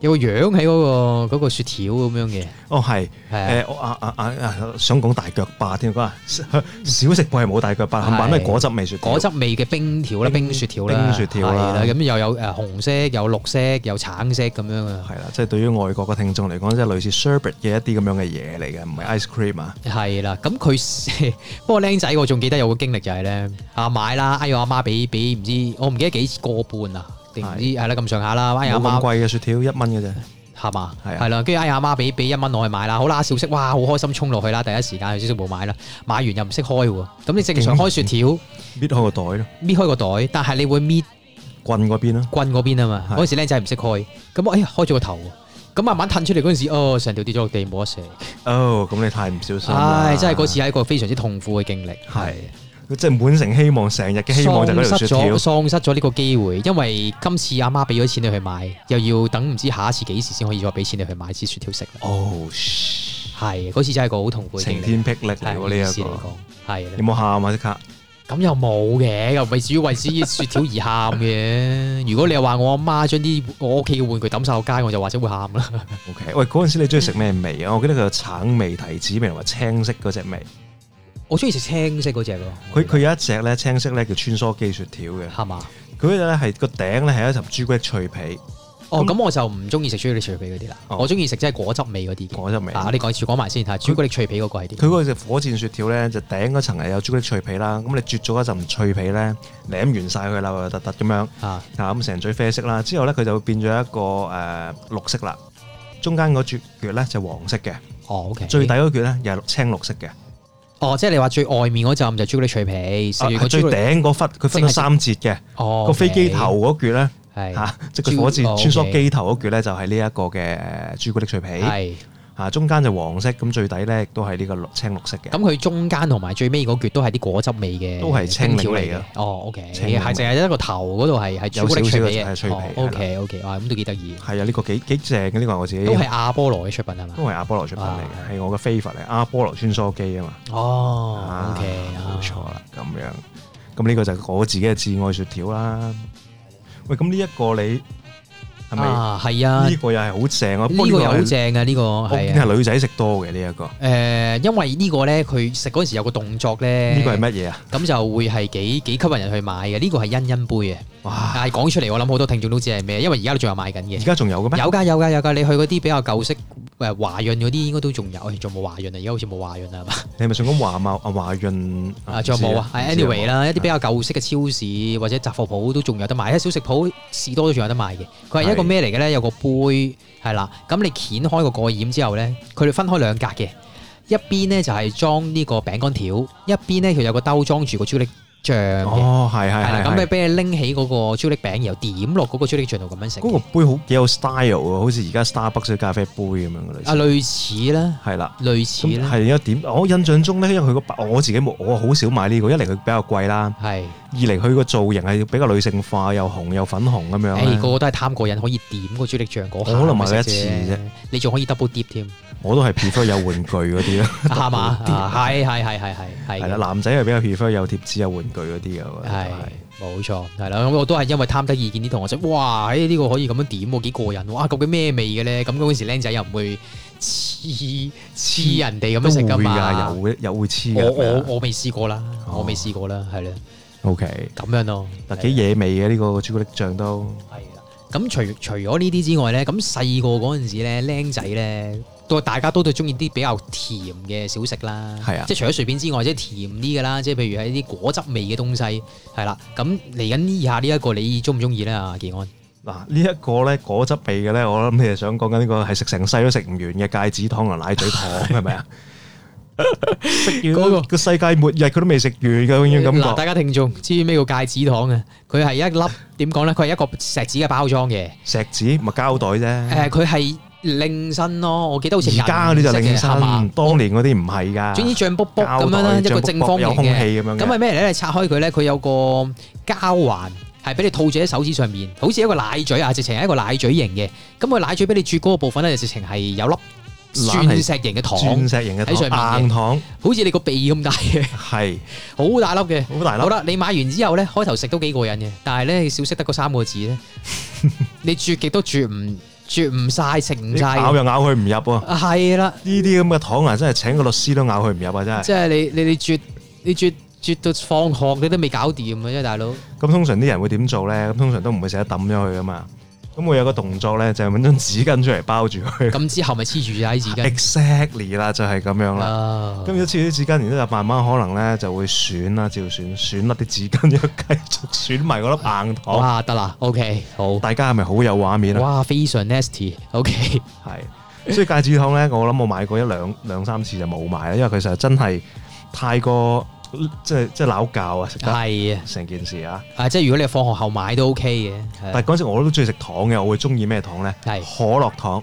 Speaker 2: 有個樣喺嗰、個嗰個雪條咁樣嘅，
Speaker 1: 哦係。
Speaker 2: 係
Speaker 1: 誒，
Speaker 2: 啊
Speaker 1: 我啊啊啊啊，想講大腳霸添嗰陣， 小食部係冇大腳霸，冚唪唥都係果汁味雪條。
Speaker 2: 果汁味嘅冰條啦，
Speaker 1: 冰
Speaker 2: 冰雪條啦，
Speaker 1: 冰雪條啊啦
Speaker 2: 係咁又有誒紅色、有綠色、有橙色咁樣啊，
Speaker 1: 係啦，即係對於外國嘅聽眾嚟講，即係類似 sherbet 嘅一啲咁樣嘅嘢嚟嘅，唔係 ice cream 啊。
Speaker 2: 係啦，咁佢 不過僆仔，我仲記得有個經歷就係咧，啊買啦，哎我阿媽俾俾唔知，我唔記得幾個半啊，定唔知係啦咁上下啦，哎
Speaker 1: 冇咁
Speaker 2: 阿媽
Speaker 1: 貴嘅雪條，一蚊嘅啫。
Speaker 2: 係嘛，
Speaker 1: 係啊
Speaker 2: 係啦，跟住哎阿媽俾俾一蚊我去買啦，好啦，小息哇好開心衝落去啦，第一時間去小息部買啦，買完又唔識開喎，咁你正常開雪條
Speaker 1: 搣開個袋咯，
Speaker 2: 搣開個袋，但係你會搣
Speaker 1: 棍嗰邊咯。
Speaker 2: 棍嗰邊啊嘛，
Speaker 1: 係
Speaker 2: 嗰陣時僆仔唔識開，咁我哎呀開咗個頭喎，咁慢慢褪出嚟嗰陣時，哦成條跌咗落地冇得食，
Speaker 1: 哦，咁你太唔小心啦。
Speaker 2: 唉真係嗰次係一個非常之痛苦嘅經歷，
Speaker 1: 係佢真啊係滿城希望，成日嘅希望就係嗰條雪條
Speaker 2: 喪失咗。喪失咗呢個機會，因為今次阿媽俾咗錢你去買，又要等唔知下一次幾時先可以再俾錢你去買支雪條食。
Speaker 1: 哦，晴
Speaker 2: 係嗰次真係個好痛苦嘅經歷。
Speaker 1: 天霹靂嚟
Speaker 2: 係
Speaker 1: 喎呢
Speaker 2: 意思
Speaker 1: 一
Speaker 2: 嚟
Speaker 1: 個，
Speaker 2: 講係
Speaker 1: 有
Speaker 2: 啦，
Speaker 1: 冇喊啊？即刻
Speaker 2: 咁又冇嘅，又未至於為支雪條 而喊嘅。如果你又話我阿媽將啲我屋企嘅玩具抌晒落街，我就或者會喊啦。
Speaker 1: ，OK。喂，嗰陣時你中意食咩味啊？我記得佢有橙味、提子味同埋青色嗰只味。
Speaker 2: 我中意食青色嗰只咯，
Speaker 1: 佢佢有一隻咧青色咧叫穿梭機雪條嘅，
Speaker 2: 係嘛？
Speaker 1: 佢嗰只咧係個頂咧係一層朱古力脆皮
Speaker 2: 哦，
Speaker 1: 咁
Speaker 2: 咁我就唔中意食朱古力脆皮嗰啲啦，
Speaker 1: 哦
Speaker 2: 我中意食即係果汁味嗰啲嘅。
Speaker 1: 嗰隻味。
Speaker 2: 啊，你講住講埋先嚇，朱古力脆皮嗰個係
Speaker 1: 佢
Speaker 2: 點？
Speaker 1: 嗰隻火箭雪條咧，就頂嗰層係有朱古力脆皮啦。咁你啜咗一陣脆皮咧，舐完晒佢啦，核突突咁樣。
Speaker 2: 啊，
Speaker 1: 啊咁成嘴啡色啦，之後咧佢就會變咗一個誒、呃、綠色啦，中間嗰絕橛咧就黃色嘅，
Speaker 2: 哦，OK。
Speaker 1: 最底嗰橛咧又係青綠色嘅，
Speaker 2: 哦，即係你話最外面嗰陣就朱古力脆皮，食
Speaker 1: 啊
Speaker 2: 完個
Speaker 1: 最
Speaker 2: 朱古力，
Speaker 1: 頂嗰忽佢分咗三節嘅，
Speaker 2: 哦，
Speaker 1: 個飛機頭嗰橛咧
Speaker 2: 係
Speaker 1: 嚇，即係個火箭
Speaker 2: 朱古
Speaker 1: 穿
Speaker 2: 力
Speaker 1: 梭機頭嗰橛咧就係呢一個嘅呃朱古力脆皮，
Speaker 2: 係，
Speaker 1: 嚇啊中間就黃色，咁最底咧亦都係呢個綠青綠色嘅。
Speaker 2: 咁佢中間同埋最尾嗰橛都係啲果汁味嘅，
Speaker 1: 都係青檸
Speaker 2: 條
Speaker 1: 嚟嘅。
Speaker 2: 哦，OK，
Speaker 1: 青檸
Speaker 2: 係淨係一個頭嗰度係係朱古力脆皮哦
Speaker 1: 有少少係脆皮係啦
Speaker 2: OK OK，哇，咁都幾得意，
Speaker 1: 係啊，呢個幾幾正嘅，呢個係我自己
Speaker 2: 都係阿波羅嘅出品係嘛
Speaker 1: 都？係阿波羅出品嚟
Speaker 2: 啊
Speaker 1: 嘅，係我嘅 favorite 嚟，阿波羅穿梭機啊嘛。
Speaker 2: 哦
Speaker 1: 啊
Speaker 2: ，OK，
Speaker 1: 冇錯啦，咁樣，咁呢個就係我自己嘅至愛雪條啦。喂，咁呢一個你係咪
Speaker 2: 啊，係啊，
Speaker 1: 呢
Speaker 2: 呢
Speaker 1: 個又係好正啊？不過
Speaker 2: 個又好
Speaker 1: 係，
Speaker 2: 正啊，呢個
Speaker 1: 我見
Speaker 2: 係啊。
Speaker 1: 係哦女仔食多嘅呢一個，
Speaker 2: 誒，因為呢個咧，佢食嗰陣時有個動作咧，
Speaker 1: 呢個係乜嘢啊？
Speaker 2: 咁就會係幾幾吸引人去買嘅。呢個係欣欣杯嘅，
Speaker 1: 哇！
Speaker 2: 但係講出嚟，我諗好多聽眾都知係咩，因為而家都仲有買緊
Speaker 1: 而
Speaker 2: 嘅。
Speaker 1: 家仲有嘅咩？
Speaker 2: 有㗎有㗎有㗎，你去嗰啲比較舊式誒華潤嗰啲應該都仲有，誒仲冇華潤啊，而家好似冇華潤啦係嘛？
Speaker 1: 你係咪想講華茂啊華潤
Speaker 2: 啊仲有冇啊係？anyway 啦，一啲比
Speaker 1: 較
Speaker 2: 較舊式嘅超市或者雜貨鋪都仲有得賣，喺小食鋪士多都仲有得賣嘅。佢係一個
Speaker 1: 係
Speaker 2: 咩嚟嘅咧？有個杯係啦，咁你掀開個蓋掩之後咧，佢哋分開兩格嘅。一邊咧就係裝呢個餅乾條，一邊咧佢有個兜裝住個朱古力醬嘅，
Speaker 1: 哦，係係
Speaker 2: 係
Speaker 1: 係。
Speaker 2: 啦，咁你
Speaker 1: 係
Speaker 2: 俾你拎起嗰個朱古力餅，然後點落嗰個朱古力醬度咁樣食嘅，
Speaker 1: 嗰個杯好幾有 style 喎，好似而家 Starbucks 嘅咖啡杯咁樣嘅類
Speaker 2: 啊
Speaker 1: 似。
Speaker 2: 類似啦，
Speaker 1: 係啦。
Speaker 2: 類似
Speaker 1: 咁
Speaker 2: 啦，
Speaker 1: 係因為點？我印象中咧，因為佢個我自己冇，我好少買呢個。一嚟佢比較貴啦，
Speaker 2: 係，
Speaker 1: 二嚟佢個造型係比較女性化，又紅又粉紅咁樣咧。
Speaker 2: 誒個個都係貪過癮，可以點個朱古力醬嗰下，
Speaker 1: 我可能買咗一次啫，
Speaker 2: 你仲可以 double dip 添，
Speaker 1: 我都係 prefer 有玩具嗰啲啦，
Speaker 2: 啱嘛？啊係係係係係
Speaker 1: 係
Speaker 2: 係嘅
Speaker 1: 啦，。男仔係比較 prefer 有貼紙有玩具嗰啲嘅，我覺得
Speaker 2: 係
Speaker 1: 係
Speaker 2: 冇錯，係啦。咁我都係因為貪得意見啲同學仔，哇！喺呢個可以咁樣點喎，幾過癮喎！啊，究竟咩味嘅咧？咁嗰陣時僆仔又唔會黐黐人哋咁樣食
Speaker 1: 都
Speaker 2: 噶
Speaker 1: 會㗎，
Speaker 2: 嘛
Speaker 1: 有。會有啊會黐
Speaker 2: 我我
Speaker 1: 嘅。
Speaker 2: 我未試過啦，
Speaker 1: 哦
Speaker 2: 我未試過啦，係啦，
Speaker 1: O K，
Speaker 2: 咁樣咯。啊
Speaker 1: 嗱幾野味嘅呢個朱古力醬都
Speaker 2: 係啦。咁除除咗呢啲之外咧，咁細個嗰陣時咧，僆仔咧，都大家都都中意啲比較甜嘅小食啦。
Speaker 1: 係啊
Speaker 2: 即係除咗薯片之外，即係甜啲嘅啦，即係譬如係啲果汁味嘅東西，係啦。咁嚟緊以下呢一個，你中唔中意咧？啊，健安。
Speaker 1: 嗱呢一個咧果汁味嘅咧，我諗你係想講緊呢個係食成世都食唔完嘅戒指糖同奶嘴糖係咪啊？食
Speaker 2: 嗰個
Speaker 1: 完個世界末日佢都未食完嘅，永遠
Speaker 2: 嗱，
Speaker 1: 咁覺
Speaker 2: 大家聽眾知唔知咩叫戒指糖啊？佢 係一粒點講咧？佢係一個石子嘅包裝嘅。
Speaker 1: 石子咪膠袋啫。
Speaker 2: 誒，佢係令身咯，我記得好似
Speaker 1: 嗯而家嗰啲就
Speaker 2: 銀
Speaker 1: 令
Speaker 2: 色嘅係
Speaker 1: 身，
Speaker 2: 嘛
Speaker 1: 當年嗰啲唔係㗎。
Speaker 2: 總之脹卜卜咁樣
Speaker 1: 啊膠
Speaker 2: 啦，
Speaker 1: 袋
Speaker 2: 一個
Speaker 1: 脹卜卜
Speaker 2: 正方形
Speaker 1: 有空
Speaker 2: 嘅。
Speaker 1: 氣咁樣嘅
Speaker 2: 咁係咩嚟咧？你拆開佢咧，佢有個膠環。係俾你套住喺手指上面，好似一個奶嘴啊，直情係一個奶嘴型嘅。咁佢奶嘴俾你啜嗰個部分咧，就直情係有粒
Speaker 1: 係
Speaker 2: 鑽石型嘅糖，
Speaker 1: 鑽石型
Speaker 2: 喺
Speaker 1: 嘅
Speaker 2: 上
Speaker 1: 糖
Speaker 2: 面嘅
Speaker 1: 硬糖
Speaker 2: 好似你個鼻咁大嘅，
Speaker 1: 係
Speaker 2: 好大粒嘅。
Speaker 1: 好大粒
Speaker 2: 好。啦，你買完之後咧，開頭食都幾過癮嘅，但係咧小息得嗰三個字 咧，你啜極都啜唔啜唔晒，食唔
Speaker 1: 你
Speaker 2: 晒嘅。
Speaker 1: 咬又咬佢唔入喎。
Speaker 2: 啊係啦，
Speaker 1: 呢啲咁嘅糖啊，真係請個律師都咬佢唔入啊！真係。
Speaker 2: 即係你你你啜你啜啜到放學你都未搞掂嘅啫，大佬。
Speaker 1: 咁通常啲人會點做咧？咁通常都唔會成日抌咗佢噶嘛。咁會有個動作咧，就係揾張紙巾出嚟包住佢。
Speaker 2: 咁之後咪黐住晒啲紙巾
Speaker 1: Exactly 啦，就係咁樣啦。
Speaker 2: 啊
Speaker 1: 咁一次啲紙巾，然之後慢慢可能咧就會損啦，照損損甩啲紙巾，又繼續損埋嗰粒硬糖。
Speaker 2: 啊哇得啦，OK 好，
Speaker 1: 大家係咪好有畫面啊？
Speaker 2: 哇非常 nasty，OK
Speaker 1: 係，所以戒指糖咧，我諗我買過一兩兩三次就冇買啦，因為佢實在真係太過即係即係鬧教啊，食得
Speaker 2: 係啊，
Speaker 1: 成件事啊。
Speaker 2: 啊即係如果你係放學後買都 OK 嘅，
Speaker 1: 但係
Speaker 2: 係
Speaker 1: 嗰陣時我都中意食糖嘅，我會中意咩糖咧？
Speaker 2: 係
Speaker 1: 可樂糖，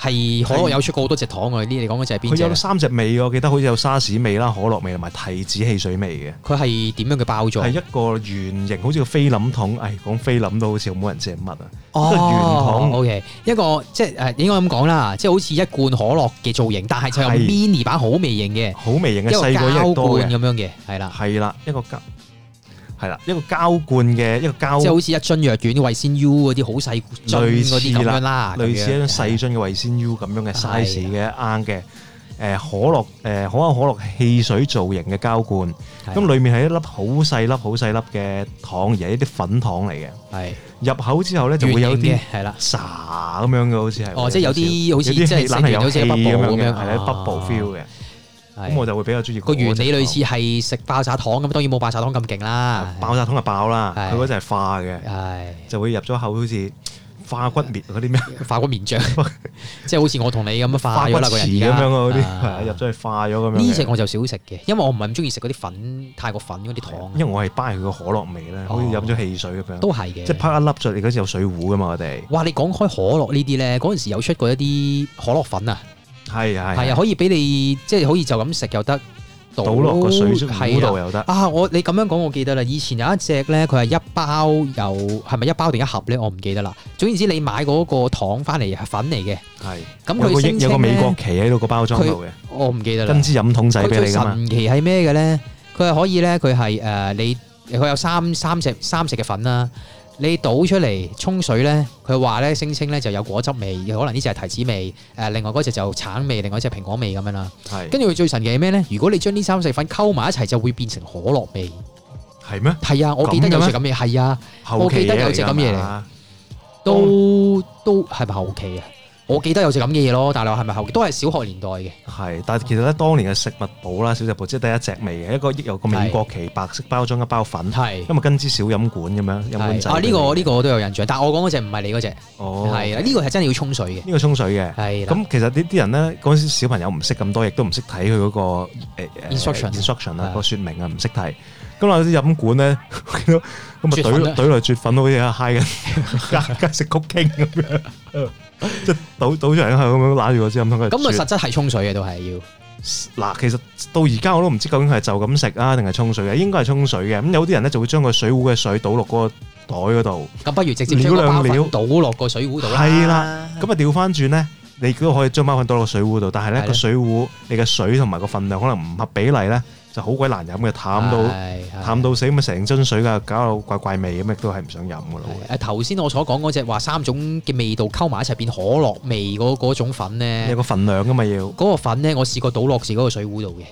Speaker 2: 係可樂有出過好多隻糖嘅，呢你講嗰隻係邊
Speaker 1: 佢
Speaker 2: 隻
Speaker 1: 有
Speaker 2: 啊？
Speaker 1: 三隻味嘅，我記得好似有沙士味啦、可樂味同埋提子汽水味嘅。
Speaker 2: 佢係點樣嘅包裝
Speaker 1: 係？一啊個圓形，好似個菲林桶。唉，講菲林都好似冇人知係乜啊！一個圓
Speaker 2: 哦
Speaker 1: 筒
Speaker 2: ，OK，一個即係誒應該咁講啦，即係好似一罐可樂嘅造型，但係就有
Speaker 1: 係
Speaker 2: mini 版好微型嘅，
Speaker 1: 好微型嘅
Speaker 2: 一個
Speaker 1: 細個一
Speaker 2: 膠
Speaker 1: 日多
Speaker 2: 罐
Speaker 1: 嘅，
Speaker 2: 咁樣嘅，係啦，
Speaker 1: 係啦，一個膠係啦，一個膠罐嘅一個
Speaker 2: 即係
Speaker 1: 膠
Speaker 2: 好似一樽藥丸、維先 U 嗰啲好細樽嗰啲咁樣啦，
Speaker 1: 類似一種
Speaker 2: 咁樣
Speaker 1: 細樽嘅維先 U 咁樣嘅
Speaker 2: 係
Speaker 1: size 嘅啱嘅誒可樂誒可口可樂汽水造型嘅膠罐，
Speaker 2: 係
Speaker 1: 咁裡面係一粒好細粒好細粒嘅糖，而係一啲粉糖嚟嘅。
Speaker 2: 係
Speaker 1: 入口之後咧就
Speaker 2: 圓
Speaker 1: 會有
Speaker 2: 形
Speaker 1: 啲
Speaker 2: 嘅，係啦，
Speaker 1: 沙咁樣嘅，好似係
Speaker 2: 哦即係有啲好似
Speaker 1: 有啲
Speaker 2: 即係
Speaker 1: 氣
Speaker 2: 食
Speaker 1: 冷係
Speaker 2: 完
Speaker 1: 有
Speaker 2: 好似
Speaker 1: 氣
Speaker 2: bubble
Speaker 1: 咁
Speaker 2: 咁
Speaker 1: 樣
Speaker 2: 樣
Speaker 1: 係啦，bubble
Speaker 2: 啊
Speaker 1: feel 嘅。咁我
Speaker 2: 係
Speaker 1: 就會比較中意
Speaker 2: 個原理類
Speaker 1: 嗰隻
Speaker 2: 似係食爆炸糖咁，當然冇爆炸糖咁勁啦
Speaker 1: 糖，啊爆炸筒就爆啦，
Speaker 2: 係
Speaker 1: 佢嗰隻係化嘅，
Speaker 2: 係
Speaker 1: 就會入咗口好似化骨滅嗰啲咩
Speaker 2: 化 骨綿掌，即係好似我同你咁樣 化
Speaker 1: 化
Speaker 2: 咗
Speaker 1: 骨
Speaker 2: 啦個人
Speaker 1: 池
Speaker 2: 而
Speaker 1: 咁
Speaker 2: 家
Speaker 1: 樣嗰啲，係
Speaker 2: 啊
Speaker 1: 啊入咗去化咗咁樣嘅。
Speaker 2: 呢只我就少食嘅，因為我唔係咁中意食嗰啲粉太過粉嗰啲糖
Speaker 1: 因，為我係掰佢個可樂味咧，好似
Speaker 2: 啊哦
Speaker 1: 飲咗汽水咁樣，
Speaker 2: 都係嘅。
Speaker 1: 即係啪一粒咗，你嗰時有水壺噶嘛，我哋
Speaker 2: 哇！你講開可樂呢啲咧，嗰陣時有出過一啲可樂粉啊，
Speaker 1: 係係
Speaker 2: 係啊，可以俾你即係可以就咁食又得，倒
Speaker 1: 倒落個水壺
Speaker 2: 係
Speaker 1: 度
Speaker 2: 啊。
Speaker 1: 又得，
Speaker 2: 啊！我你咁樣講，我記得啦。以前有一隻咧，佢係一包有係咪一包定一盒咧？我唔記得啦。總言之，你買嗰個糖翻嚟係粉嚟嘅，
Speaker 1: 係
Speaker 2: 咁
Speaker 1: 有個
Speaker 2: 佢
Speaker 1: 英
Speaker 2: 聲
Speaker 1: 有個
Speaker 2: 稱
Speaker 1: 美國
Speaker 2: 咧，
Speaker 1: 旗喺度個包裝度嘅，
Speaker 2: 我唔記得啦
Speaker 1: 跟。支飲筒仔
Speaker 2: 佢
Speaker 1: 俾
Speaker 2: 最
Speaker 1: 你噶嘛，
Speaker 2: 神奇係咩嘅咧？佢係可以咧，佢係誒你佢有三三隻三隻嘅粉啦，你倒出嚟沖水咧，佢話咧聲稱咧就有果汁味，可能呢隻係提子味，誒、呃另外嗰隻就橙味，另外一隻蘋果味咁樣啦。
Speaker 1: 係
Speaker 2: 跟住佢最神奇係咩咧？如果你將呢三隻粉溝埋一齊，就會變成可樂味。
Speaker 1: 係咩？
Speaker 2: 係啊，我記得有隻咁嘅，係啊，
Speaker 1: 後期
Speaker 2: 我記得有隻
Speaker 1: 嚟㗎
Speaker 2: 咁嘢嚟
Speaker 1: 嘛
Speaker 2: 都都係咪後期啊？我記得有隻咁嘅嘢咯，但係你話係咪後都係小學年代嘅，
Speaker 1: 係，但係其實咧，當年嘅食物部啦、小食部，即係第一隻味嘅一個有個美國旗白色包裝一包粉，
Speaker 2: 係
Speaker 1: 因為跟支小飲管咁樣飲管
Speaker 2: 係
Speaker 1: 仔。
Speaker 2: 啊呢個呢個我都有印象，但係我講嗰隻唔係你嗰隻，
Speaker 1: 哦，
Speaker 2: 係啦，呢個係真係要沖水嘅，
Speaker 1: 呢個沖水嘅。
Speaker 2: 係啦，
Speaker 1: 咁其實呢啲人咧，嗰陣時小朋友唔識咁多，亦都唔識睇佢嗰個誒
Speaker 2: Instruction
Speaker 1: instruction 啊
Speaker 2: 係
Speaker 1: 個説明啊，唔識睇。咁嗱啲飲管咧，我見到
Speaker 2: 啜
Speaker 1: 咁
Speaker 2: 粉
Speaker 1: 啊
Speaker 2: 啊
Speaker 1: 懟懟嚟啜粉，好似喺 high 緊街食曲傾咁樣，即係倒倒咗人去咁樣揦住個支飲筒佢。
Speaker 2: 咁啊
Speaker 1: 啜
Speaker 2: 實質係沖水嘅都係要，
Speaker 1: 嗱，其實到而家我都唔知究竟係就咁食啊，定係沖水嘅，應該係沖水嘅。咁有啲人咧就會將個水壺嘅水倒落嗰個袋嗰度，
Speaker 2: 咁不如直接將個
Speaker 1: 料
Speaker 2: 包
Speaker 1: 兩料
Speaker 2: 粉倒落個水壺度啦，
Speaker 1: 係啦，咁啊調翻轉咧，你都可以將包粉倒落水壺度，但係咧
Speaker 2: 係
Speaker 1: 個
Speaker 2: 咧
Speaker 1: 水壺你嘅水同埋個份量可能唔合比例咧，就好鬼難飲嘅，淡到
Speaker 2: 係係
Speaker 1: 淡到死咁啊！成樽水㗎，搞到怪怪味咁，亦都係唔想飲㗎咯。
Speaker 2: 誒頭先我所講嗰只話三種嘅味道溝埋一齊變可樂味嗰嗰種粉
Speaker 1: 有
Speaker 2: 咧，
Speaker 1: 個份量㗎嘛要，
Speaker 2: 嗰個粉咧我試過倒落自己個水壺度嘅，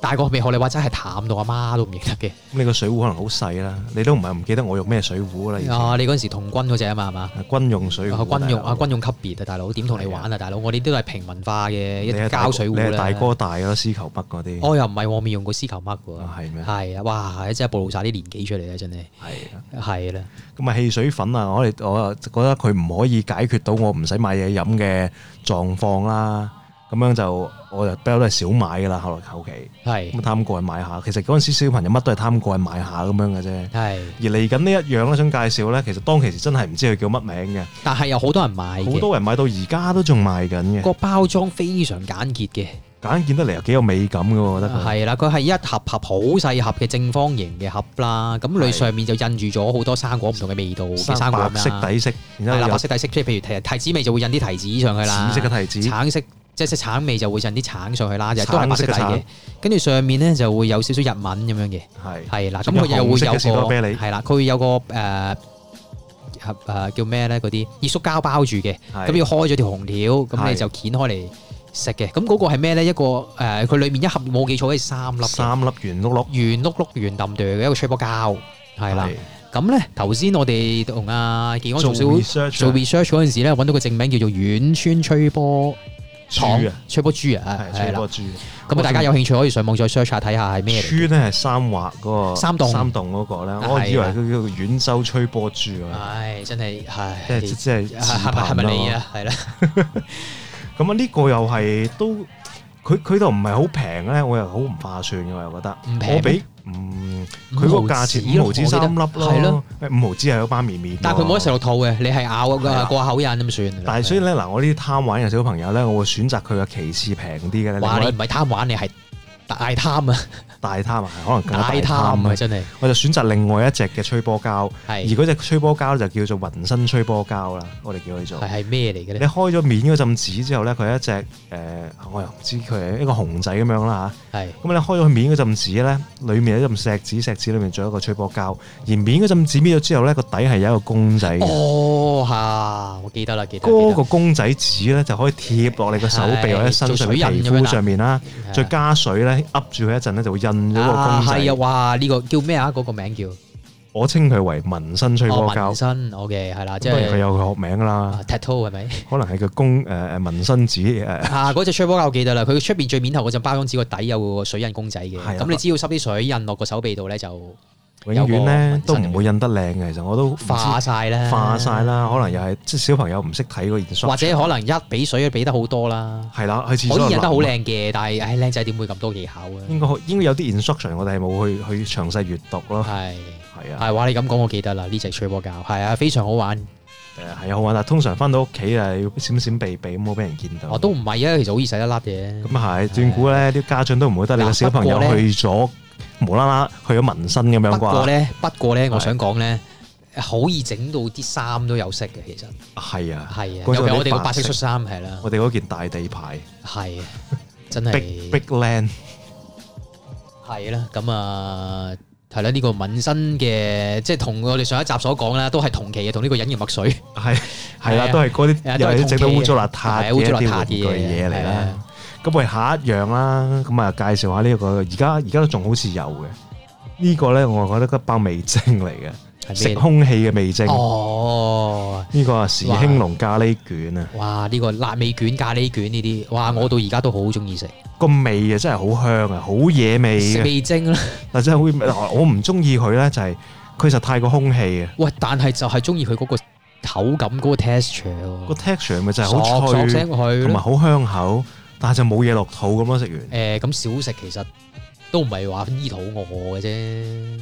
Speaker 2: 但係個味學你話真係淡到阿媽都唔認得嘅。
Speaker 1: 咁你個水壺可能好細啦，你都唔係唔記得我用咩水壺啦，以前
Speaker 2: 啊，你嗰陣時童軍嗰只啊嘛係嘛？
Speaker 1: 軍用水
Speaker 2: 啊
Speaker 1: 壺，
Speaker 2: 軍用
Speaker 1: 大佬
Speaker 2: 啊軍用級別啊大佬點同你玩啊大佬？我哋都係平民化嘅一
Speaker 1: 你係大
Speaker 2: 膠水
Speaker 1: 你
Speaker 2: 壺
Speaker 1: 係大
Speaker 2: 啦。
Speaker 1: 哥大咯，獅球北嗰啲。
Speaker 2: 我又唔係我未用過絲球乜
Speaker 1: 啊
Speaker 2: 喎。
Speaker 1: 係咩？
Speaker 2: 係啊，哇！真係暴露晒啲年紀出嚟啊，真係
Speaker 1: 係啊，
Speaker 2: 係啦，
Speaker 1: 咁啊汽水粉啊，我哋我啊覺得佢唔可以解決到我唔使買嘢飲嘅狀況啦。咁樣就我就比較都係少買噶啦，後來後期
Speaker 2: 係
Speaker 1: 咁貪過癮買下。其實嗰陣時小朋友乜都係貪過癮買下咁樣嘅啫。
Speaker 2: 係，
Speaker 1: 而嚟緊呢一樣咧，想介紹咧，其實當其時真係唔知佢叫乜名
Speaker 2: 但係有好多人買
Speaker 1: 嘅，好
Speaker 2: 嘅，
Speaker 1: 多人買到而家都仲賣緊嘅，
Speaker 2: 個包裝非常簡潔嘅。
Speaker 1: 簡見得嚟又幾有美感嘅喎，我覺得佢。
Speaker 2: 係啦，佢係一盒盒好細盒嘅正方形嘅盒啦，咁裏
Speaker 1: 係
Speaker 2: 上面就印住咗好多生果唔同嘅味道嘅生
Speaker 1: 白
Speaker 2: 果咁
Speaker 1: 色
Speaker 2: 啦。
Speaker 1: 底色，
Speaker 2: 係
Speaker 1: 然
Speaker 2: 啦，
Speaker 1: 之後
Speaker 2: 白
Speaker 1: 有
Speaker 2: 色底色，即係譬如提提子味就會印啲提子上去啦，
Speaker 1: 紫色嘅提子，
Speaker 2: 橙色即係橙味就會印啲橙上去啦，就都係
Speaker 1: 橙
Speaker 2: 白
Speaker 1: 色
Speaker 2: 色
Speaker 1: 嘅
Speaker 2: 底嘅
Speaker 1: 橙。
Speaker 2: 跟住上面咧就會有少少日文咁樣嘅，
Speaker 1: 係
Speaker 2: 係啦，咁
Speaker 1: 仲有
Speaker 2: 佢又會
Speaker 1: 紅色嘅
Speaker 2: 有
Speaker 1: 士多啤
Speaker 2: 個
Speaker 1: 梨
Speaker 2: 係啦，佢會有個誒盒誒叫咩咧？嗰啲熱縮膠包住嘅，
Speaker 1: 係
Speaker 2: 咁要開咗條紅條，咁
Speaker 1: 係
Speaker 2: 你就掀開嚟食嘅。咁嗰個係咩咧？一個誒，佢裡面一盒冇記錯，好似三粒嘅
Speaker 1: 三粒圓碌碌，
Speaker 2: 圓碌碌圓揼哚嘅一個吹波膠，係啦。咁咧頭先我哋同阿技安
Speaker 1: 做
Speaker 2: 做少
Speaker 1: research
Speaker 2: 做
Speaker 1: 啊
Speaker 2: research 嗰陣時咧，揾到個正名叫做遠川吹波廠
Speaker 1: 豬啊，
Speaker 2: 吹波豬啊，
Speaker 1: 係
Speaker 2: 係
Speaker 1: 吹
Speaker 2: 啦。
Speaker 1: 波豬。
Speaker 2: 咁啊，大家有興趣可以上網再 search 下睇下係咩嚟。
Speaker 1: 豬咧係三畫嗰個
Speaker 2: 三棟啊
Speaker 1: 三棟嗰個咧，
Speaker 2: 係
Speaker 1: 我以為佢叫遠州吹波豬啊，
Speaker 2: 唉，真係唉，
Speaker 1: 即係即係自
Speaker 2: 啊係咪係咪你
Speaker 1: 噴咯？
Speaker 2: 啊？係啦，
Speaker 1: 咁啊呢個又係都佢佢就唔係好平咧，我又好唔劃算嘅，我又覺得
Speaker 2: 唔平
Speaker 1: 我俾嗯佢嗰個價錢
Speaker 2: 五
Speaker 1: 五毫
Speaker 2: 毫子
Speaker 1: 子
Speaker 2: 咯
Speaker 1: 三粒咯，
Speaker 2: 我記得係咯
Speaker 1: 誒，五毫子係有包面面，
Speaker 2: 但係佢冇得食。落肚嘅，你係咬
Speaker 1: 係啦
Speaker 2: 個過口癮咁算㗎啦。
Speaker 1: 但係所以咧嗱，我呢啲貪玩嘅小朋友咧，我會選擇佢嘅其次平啲嘅咧，另
Speaker 2: 哇，你
Speaker 1: 外
Speaker 2: 唔係貪玩，你係大貪啊，
Speaker 1: 大貪啊，可能更
Speaker 2: 大
Speaker 1: 加
Speaker 2: 貪
Speaker 1: 大貪
Speaker 2: 啊，
Speaker 1: 啊，
Speaker 2: 真係
Speaker 1: 我就選擇另外一隻嘅吹波膠。而
Speaker 2: 係
Speaker 1: 嗰只吹波膠就叫做雲身吹波膠啦，我哋叫佢做
Speaker 2: 係。係咩嚟嘅
Speaker 1: 你
Speaker 2: 咧？
Speaker 1: 開咗面嗰陣紙之後咧，佢係一隻誒、呃我又唔知佢係一個熊仔咁樣啦
Speaker 2: 係
Speaker 1: 嚇。咁你開咗面嗰陣紙咧，裡面有一陣錫紙，錫紙裡面仲有一個吹波膠。而面嗰陣紙搣咗之後咧，個底係有一個公仔嘅。
Speaker 2: 哦嚇，我記得啦，記得
Speaker 1: 嗰
Speaker 2: 記
Speaker 1: 個公仔紙咧就可以貼落你個手臂
Speaker 2: 係
Speaker 1: 或者身上面
Speaker 2: 做水印
Speaker 1: 皮
Speaker 2: 咁樣
Speaker 1: 膚
Speaker 2: 啦
Speaker 1: 上面啦，
Speaker 2: 得
Speaker 1: 再加水咧，噏住佢一陣咧就會印咗個
Speaker 2: 啊
Speaker 1: 公
Speaker 2: 係啊，
Speaker 1: 仔。
Speaker 2: 哇！呢個叫咩啊？嗰個名叫
Speaker 1: 我稱佢為紋身吹
Speaker 2: 哦
Speaker 1: 波
Speaker 2: 紋
Speaker 1: 膠，
Speaker 2: 身，OK 係啦，即
Speaker 1: 當然佢
Speaker 2: 係
Speaker 1: 有佢學名啦
Speaker 2: 啊，tattoo 係咪？
Speaker 1: 可能係個公誒誒紋身紙誒。呃
Speaker 2: 啊！嗰只 t r a v e 我記得啦，佢出邊最面頭嗰陣包裝紙個底有個水印公仔嘅，
Speaker 1: 係啊
Speaker 2: 咁你只要濕啲水印落個手臂度咧就
Speaker 1: 永遠咧都唔會印得靚嘅，其實我都唔知
Speaker 2: 化晒啦，
Speaker 1: 化晒，啦，可能又係即係小朋友唔識睇個 i n s
Speaker 2: 或者可能一俾水俾得好多啦，
Speaker 1: 係啦，去廁
Speaker 2: 可
Speaker 1: 所
Speaker 2: 以印得好
Speaker 1: 諗啊，
Speaker 2: 靚嘅，但係唉靚仔點會咁多技巧啊？
Speaker 1: 應該好應該有啲 instruction 我哋係冇去去詳細閱讀咯，
Speaker 2: 係
Speaker 1: 係啊，
Speaker 2: 係話你咁講，我記得啦，呢只吹波教係啊，非常好玩。
Speaker 1: 誒係啊好玩，但係通常翻到屋企啊要閃閃避避，冇俾人見到。
Speaker 2: 我都唔係啊，其實好易洗得甩嘅
Speaker 1: 咁。啊係，斷估咧啲家長都唔會得你個
Speaker 2: 嗱
Speaker 1: 小朋友
Speaker 2: 不過
Speaker 1: 去咗無啦啦去咗紋身咁樣
Speaker 2: 不過
Speaker 1: 啩，
Speaker 2: 咧，不過咧，
Speaker 1: 係
Speaker 2: 我想講咧，好易整到啲衫都有色嘅，其實
Speaker 1: 係啊，
Speaker 2: 係啊，
Speaker 1: 嗰
Speaker 2: 尤
Speaker 1: 種
Speaker 2: 其我哋個
Speaker 1: 白
Speaker 2: 白
Speaker 1: 色
Speaker 2: 色恤衫係啦，
Speaker 1: 我哋嗰件大地牌
Speaker 2: 係啊，真
Speaker 1: Big
Speaker 2: 係
Speaker 1: Big Land
Speaker 2: 係啦，咁啊。係啦，呢個紋身嘅，即係同我哋上一集所講啦，都係同期嘅，同呢個隱形墨水
Speaker 1: 係係啦，
Speaker 2: 係啊
Speaker 1: 都係嗰啲
Speaker 2: 誒
Speaker 1: 又
Speaker 2: 都係
Speaker 1: 係整到
Speaker 2: 同
Speaker 1: 污
Speaker 2: 期
Speaker 1: 糟邋
Speaker 2: 係
Speaker 1: 遢
Speaker 2: 啊污糟
Speaker 1: 嘅一啲
Speaker 2: 邋
Speaker 1: 玩
Speaker 2: 遢
Speaker 1: 具
Speaker 2: 嘅
Speaker 1: 嘢嚟
Speaker 2: 係
Speaker 1: 啦
Speaker 2: 啊。
Speaker 1: 咁我哋下一樣啦，咁啊介紹下呢、一個，而家而家都仲好似有嘅。呢個咧，我覺得一包味精嚟嘅，
Speaker 2: 係
Speaker 1: 食
Speaker 2: 咩？
Speaker 1: 空氣嘅味精，
Speaker 2: 哦，
Speaker 1: 呢個啊時興隆咖喱卷啊，
Speaker 2: 哇！呢、個辣味卷、咖喱卷呢啲，哇！我到而家都好中意食，
Speaker 1: 個味啊真係好香啊，好野味
Speaker 2: 食
Speaker 1: 嘅，
Speaker 2: 味精啦。
Speaker 1: 但真係好，我唔中意佢咧就係佢實太過空氣啊，
Speaker 2: 喂，但係就係中意佢嗰個口感嗰個 texture
Speaker 1: 個
Speaker 2: 喎，
Speaker 1: texture 咪就係
Speaker 2: 索
Speaker 1: 好
Speaker 2: 索
Speaker 1: 脆
Speaker 2: 聲，佢
Speaker 1: 同埋
Speaker 2: 咯。
Speaker 1: 好香口，但係就冇嘢落肚咁咯，食完。
Speaker 2: 誒，咁小食其實都唔係話醫肚餓嘅啫，